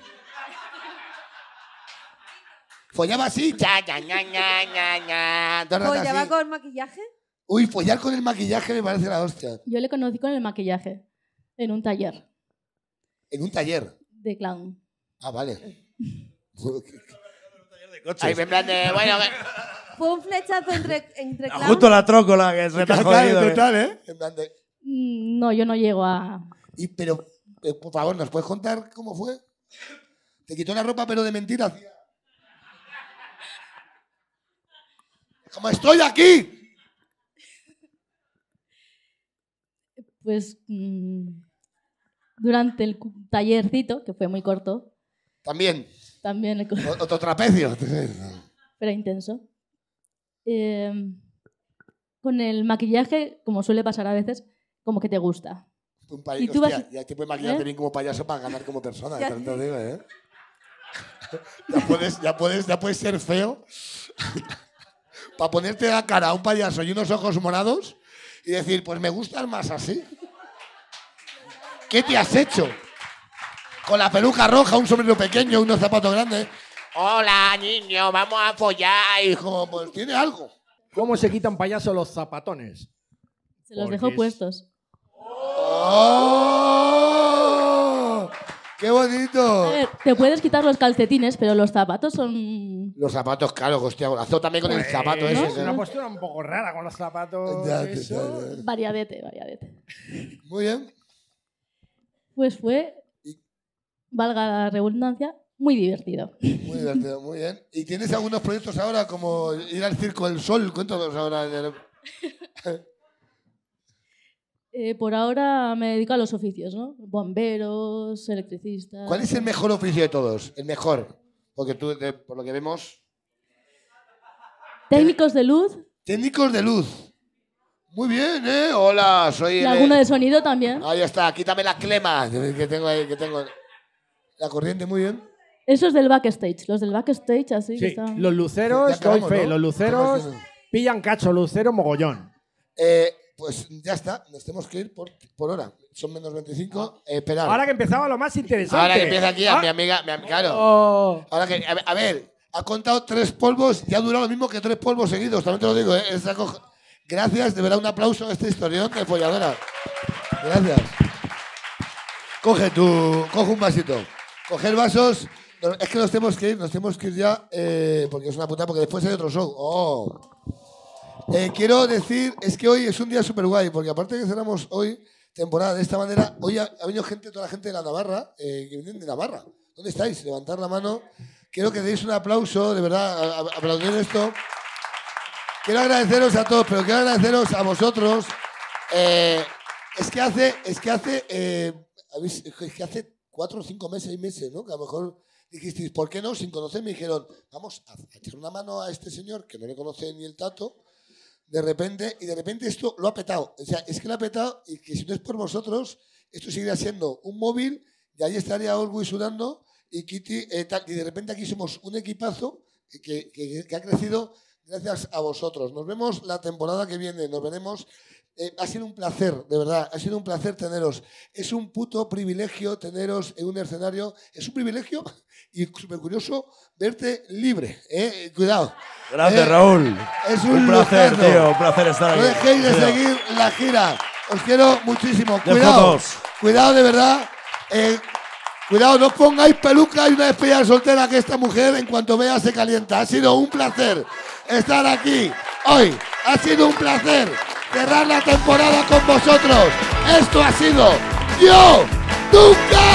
S2: Follaba así, cha, cha, ña, ña, ña, ña, dos ratas
S3: ¿Follaba
S2: así.
S3: con maquillaje?
S2: Uy, follar con el maquillaje me parece la hostia.
S11: Yo le conocí con el maquillaje, en un taller
S2: En un taller.
S11: de clown.
S2: Ah, vale.
S6: coches.
S2: Ahí me en plan de, bueno,
S3: Fue un flechazo entre, entre clowns.
S6: Justo la trócola que se te ha
S2: Claro,
S6: jodido.
S2: total, ¿eh? En plan de-
S11: Mm, No, yo no llego a...
S2: y, pero, eh, por favor, ¿nos puedes contar cómo fue? Te quitó la ropa, pero de mentira. Como estoy aquí.
S11: pues mm, durante el cu- tallercito, que fue muy corto,
S2: También.
S11: también el co-
S2: O- Otro trapecio.
S11: pero intenso. Eh, con el maquillaje, como suele pasar a veces, como que te gusta.
S2: Un país,
S11: Y tú
S2: hostia,
S11: vas-
S2: ya te puedes maquillarte
S11: ¿Eh?
S2: bien como payaso para ganar como persona.
S11: Ya
S2: Ya, te lo digo, ¿eh? ya, puedes, ya, puedes, ya puedes ser feo para ponerte la cara a un payaso y unos ojos morados y decir, pues me gustan más así. ¿Qué te has hecho? Con la peluca roja, un sombrero pequeño, unos zapatos grandes. Hola, niño, vamos a follar, hijo. Pues tiene algo.
S5: ¿Cómo se quitan payaso los zapatones?
S11: Se los dejó puestos.
S2: ¡Oh! ¡Qué bonito!
S11: A ver, te puedes quitar los calcetines, pero los zapatos son...
S2: Los zapatos, claro, hostia, golazo también con el zapato
S5: Es
S2: ese.
S5: Pues, una
S2: ¿no?
S5: postura un poco rara con los zapatos.
S2: Ya, ya,
S5: eso.
S2: ya.
S11: Variadete, variadete.
S2: Muy bien.
S11: Pues fue, valga la redundancia, muy divertido.
S2: Muy divertido, muy bien. ¿Y tienes algunos proyectos ahora como ir al Circo del Sol? Cuéntanos ahora. de-
S11: Eh, por ahora me dedico a los oficios, ¿no? Bomberos, electricistas...
S2: ¿Cuál es el mejor oficio de todos? El mejor. Porque tú, de- por lo que vemos...
S11: Técnicos de luz
S2: Técnicos de luz. Muy bien, ¿eh? Hola, soy...
S11: y
S2: el-
S11: alguno de sonido también.
S2: Ahí está, quítame la clema que tengo ahí, que tengo... La corriente, muy bien.
S11: Esos del backstage, los del backstage así que
S5: Sí,
S11: están...
S5: los
S2: Ya
S5: luceros, doy
S2: acabamos,
S5: fe,
S2: ¿no?
S5: los luceros
S2: ¿Qué más tienes?
S5: pillan cacho, lucero mogollón.
S2: Eh, pues ya está, nos tenemos que ir por, por hora. Son menos 25. Eh, esperad.
S5: Ahora que empezaba lo más interesante.
S2: Ahora que empieza aquí a
S5: Ah,
S2: mi amiga, mi am- claro.
S5: oh.
S2: Ahora que, a ver, a ver, ha contado tres polvos y ha durado lo mismo que tres polvos seguidos. También te lo digo, ¿eh? Esta co- Gracias, de verdad, un aplauso a este historión de folladora. Gracias. Coge tu, coge un vasito. Coger vasos. No, Es que nos tenemos que ir, nos tenemos que ir ya, eh, porque es una puta, porque después hay otro show. Oh. Eh, quiero decir, es que hoy es un día súper guay, porque aparte de que cerramos hoy temporada de esta manera, hoy ha, ha venido gente, toda la gente de la Navarra, eh, que vienen de Navarra. ¿Dónde estáis? Levantar la mano. Quiero que deis un aplauso, de verdad, a- a- aplaudir esto. Quiero agradeceros a todos, pero quiero agradeceros a vosotros. Eh, es que hace, es que hace, eh, habéis- es que hace cuatro, cinco meses, seis meses, ¿no? Que a lo mejor dijisteis, ¿por qué no? Sin conocer, me dijeron, vamos a a echar una mano a este señor que no le conoce ni el tato de repente, y de repente esto lo ha petado. O sea, es que lo ha petado y que si no es por vosotros, esto seguiría siendo un móvil y ahí estaría Orgui sudando y Kitty eh, tal. Y de repente aquí somos un equipazo que, que- que ha crecido gracias a vosotros. Nos vemos la temporada que viene, nos veremos. Eh, ha sido un placer, de verdad, ha sido un placer teneros. Es un puto privilegio teneros en un escenario. Es un privilegio y súper curioso verte libre. ¿eh? Eh, Cuidado.
S6: Gracias,
S2: Eh,
S6: Raúl.
S2: es un
S6: placer,
S2: lujazo.
S6: tío. Un placer estar aquí.
S2: No dejéis de
S6: Tío.
S2: seguir la gira. Os quiero muchísimo.
S6: De
S2: Cuidado.
S6: fotos.
S2: Cuidado de verdad. Eh, cuidado, no os pongáis peluca y una despedida de soltera que esta mujer en cuanto vea se calienta. Ha sido un placer estar aquí hoy. Ha sido un placer cerrar la temporada con vosotros. Esto ha sido Yo Nunca.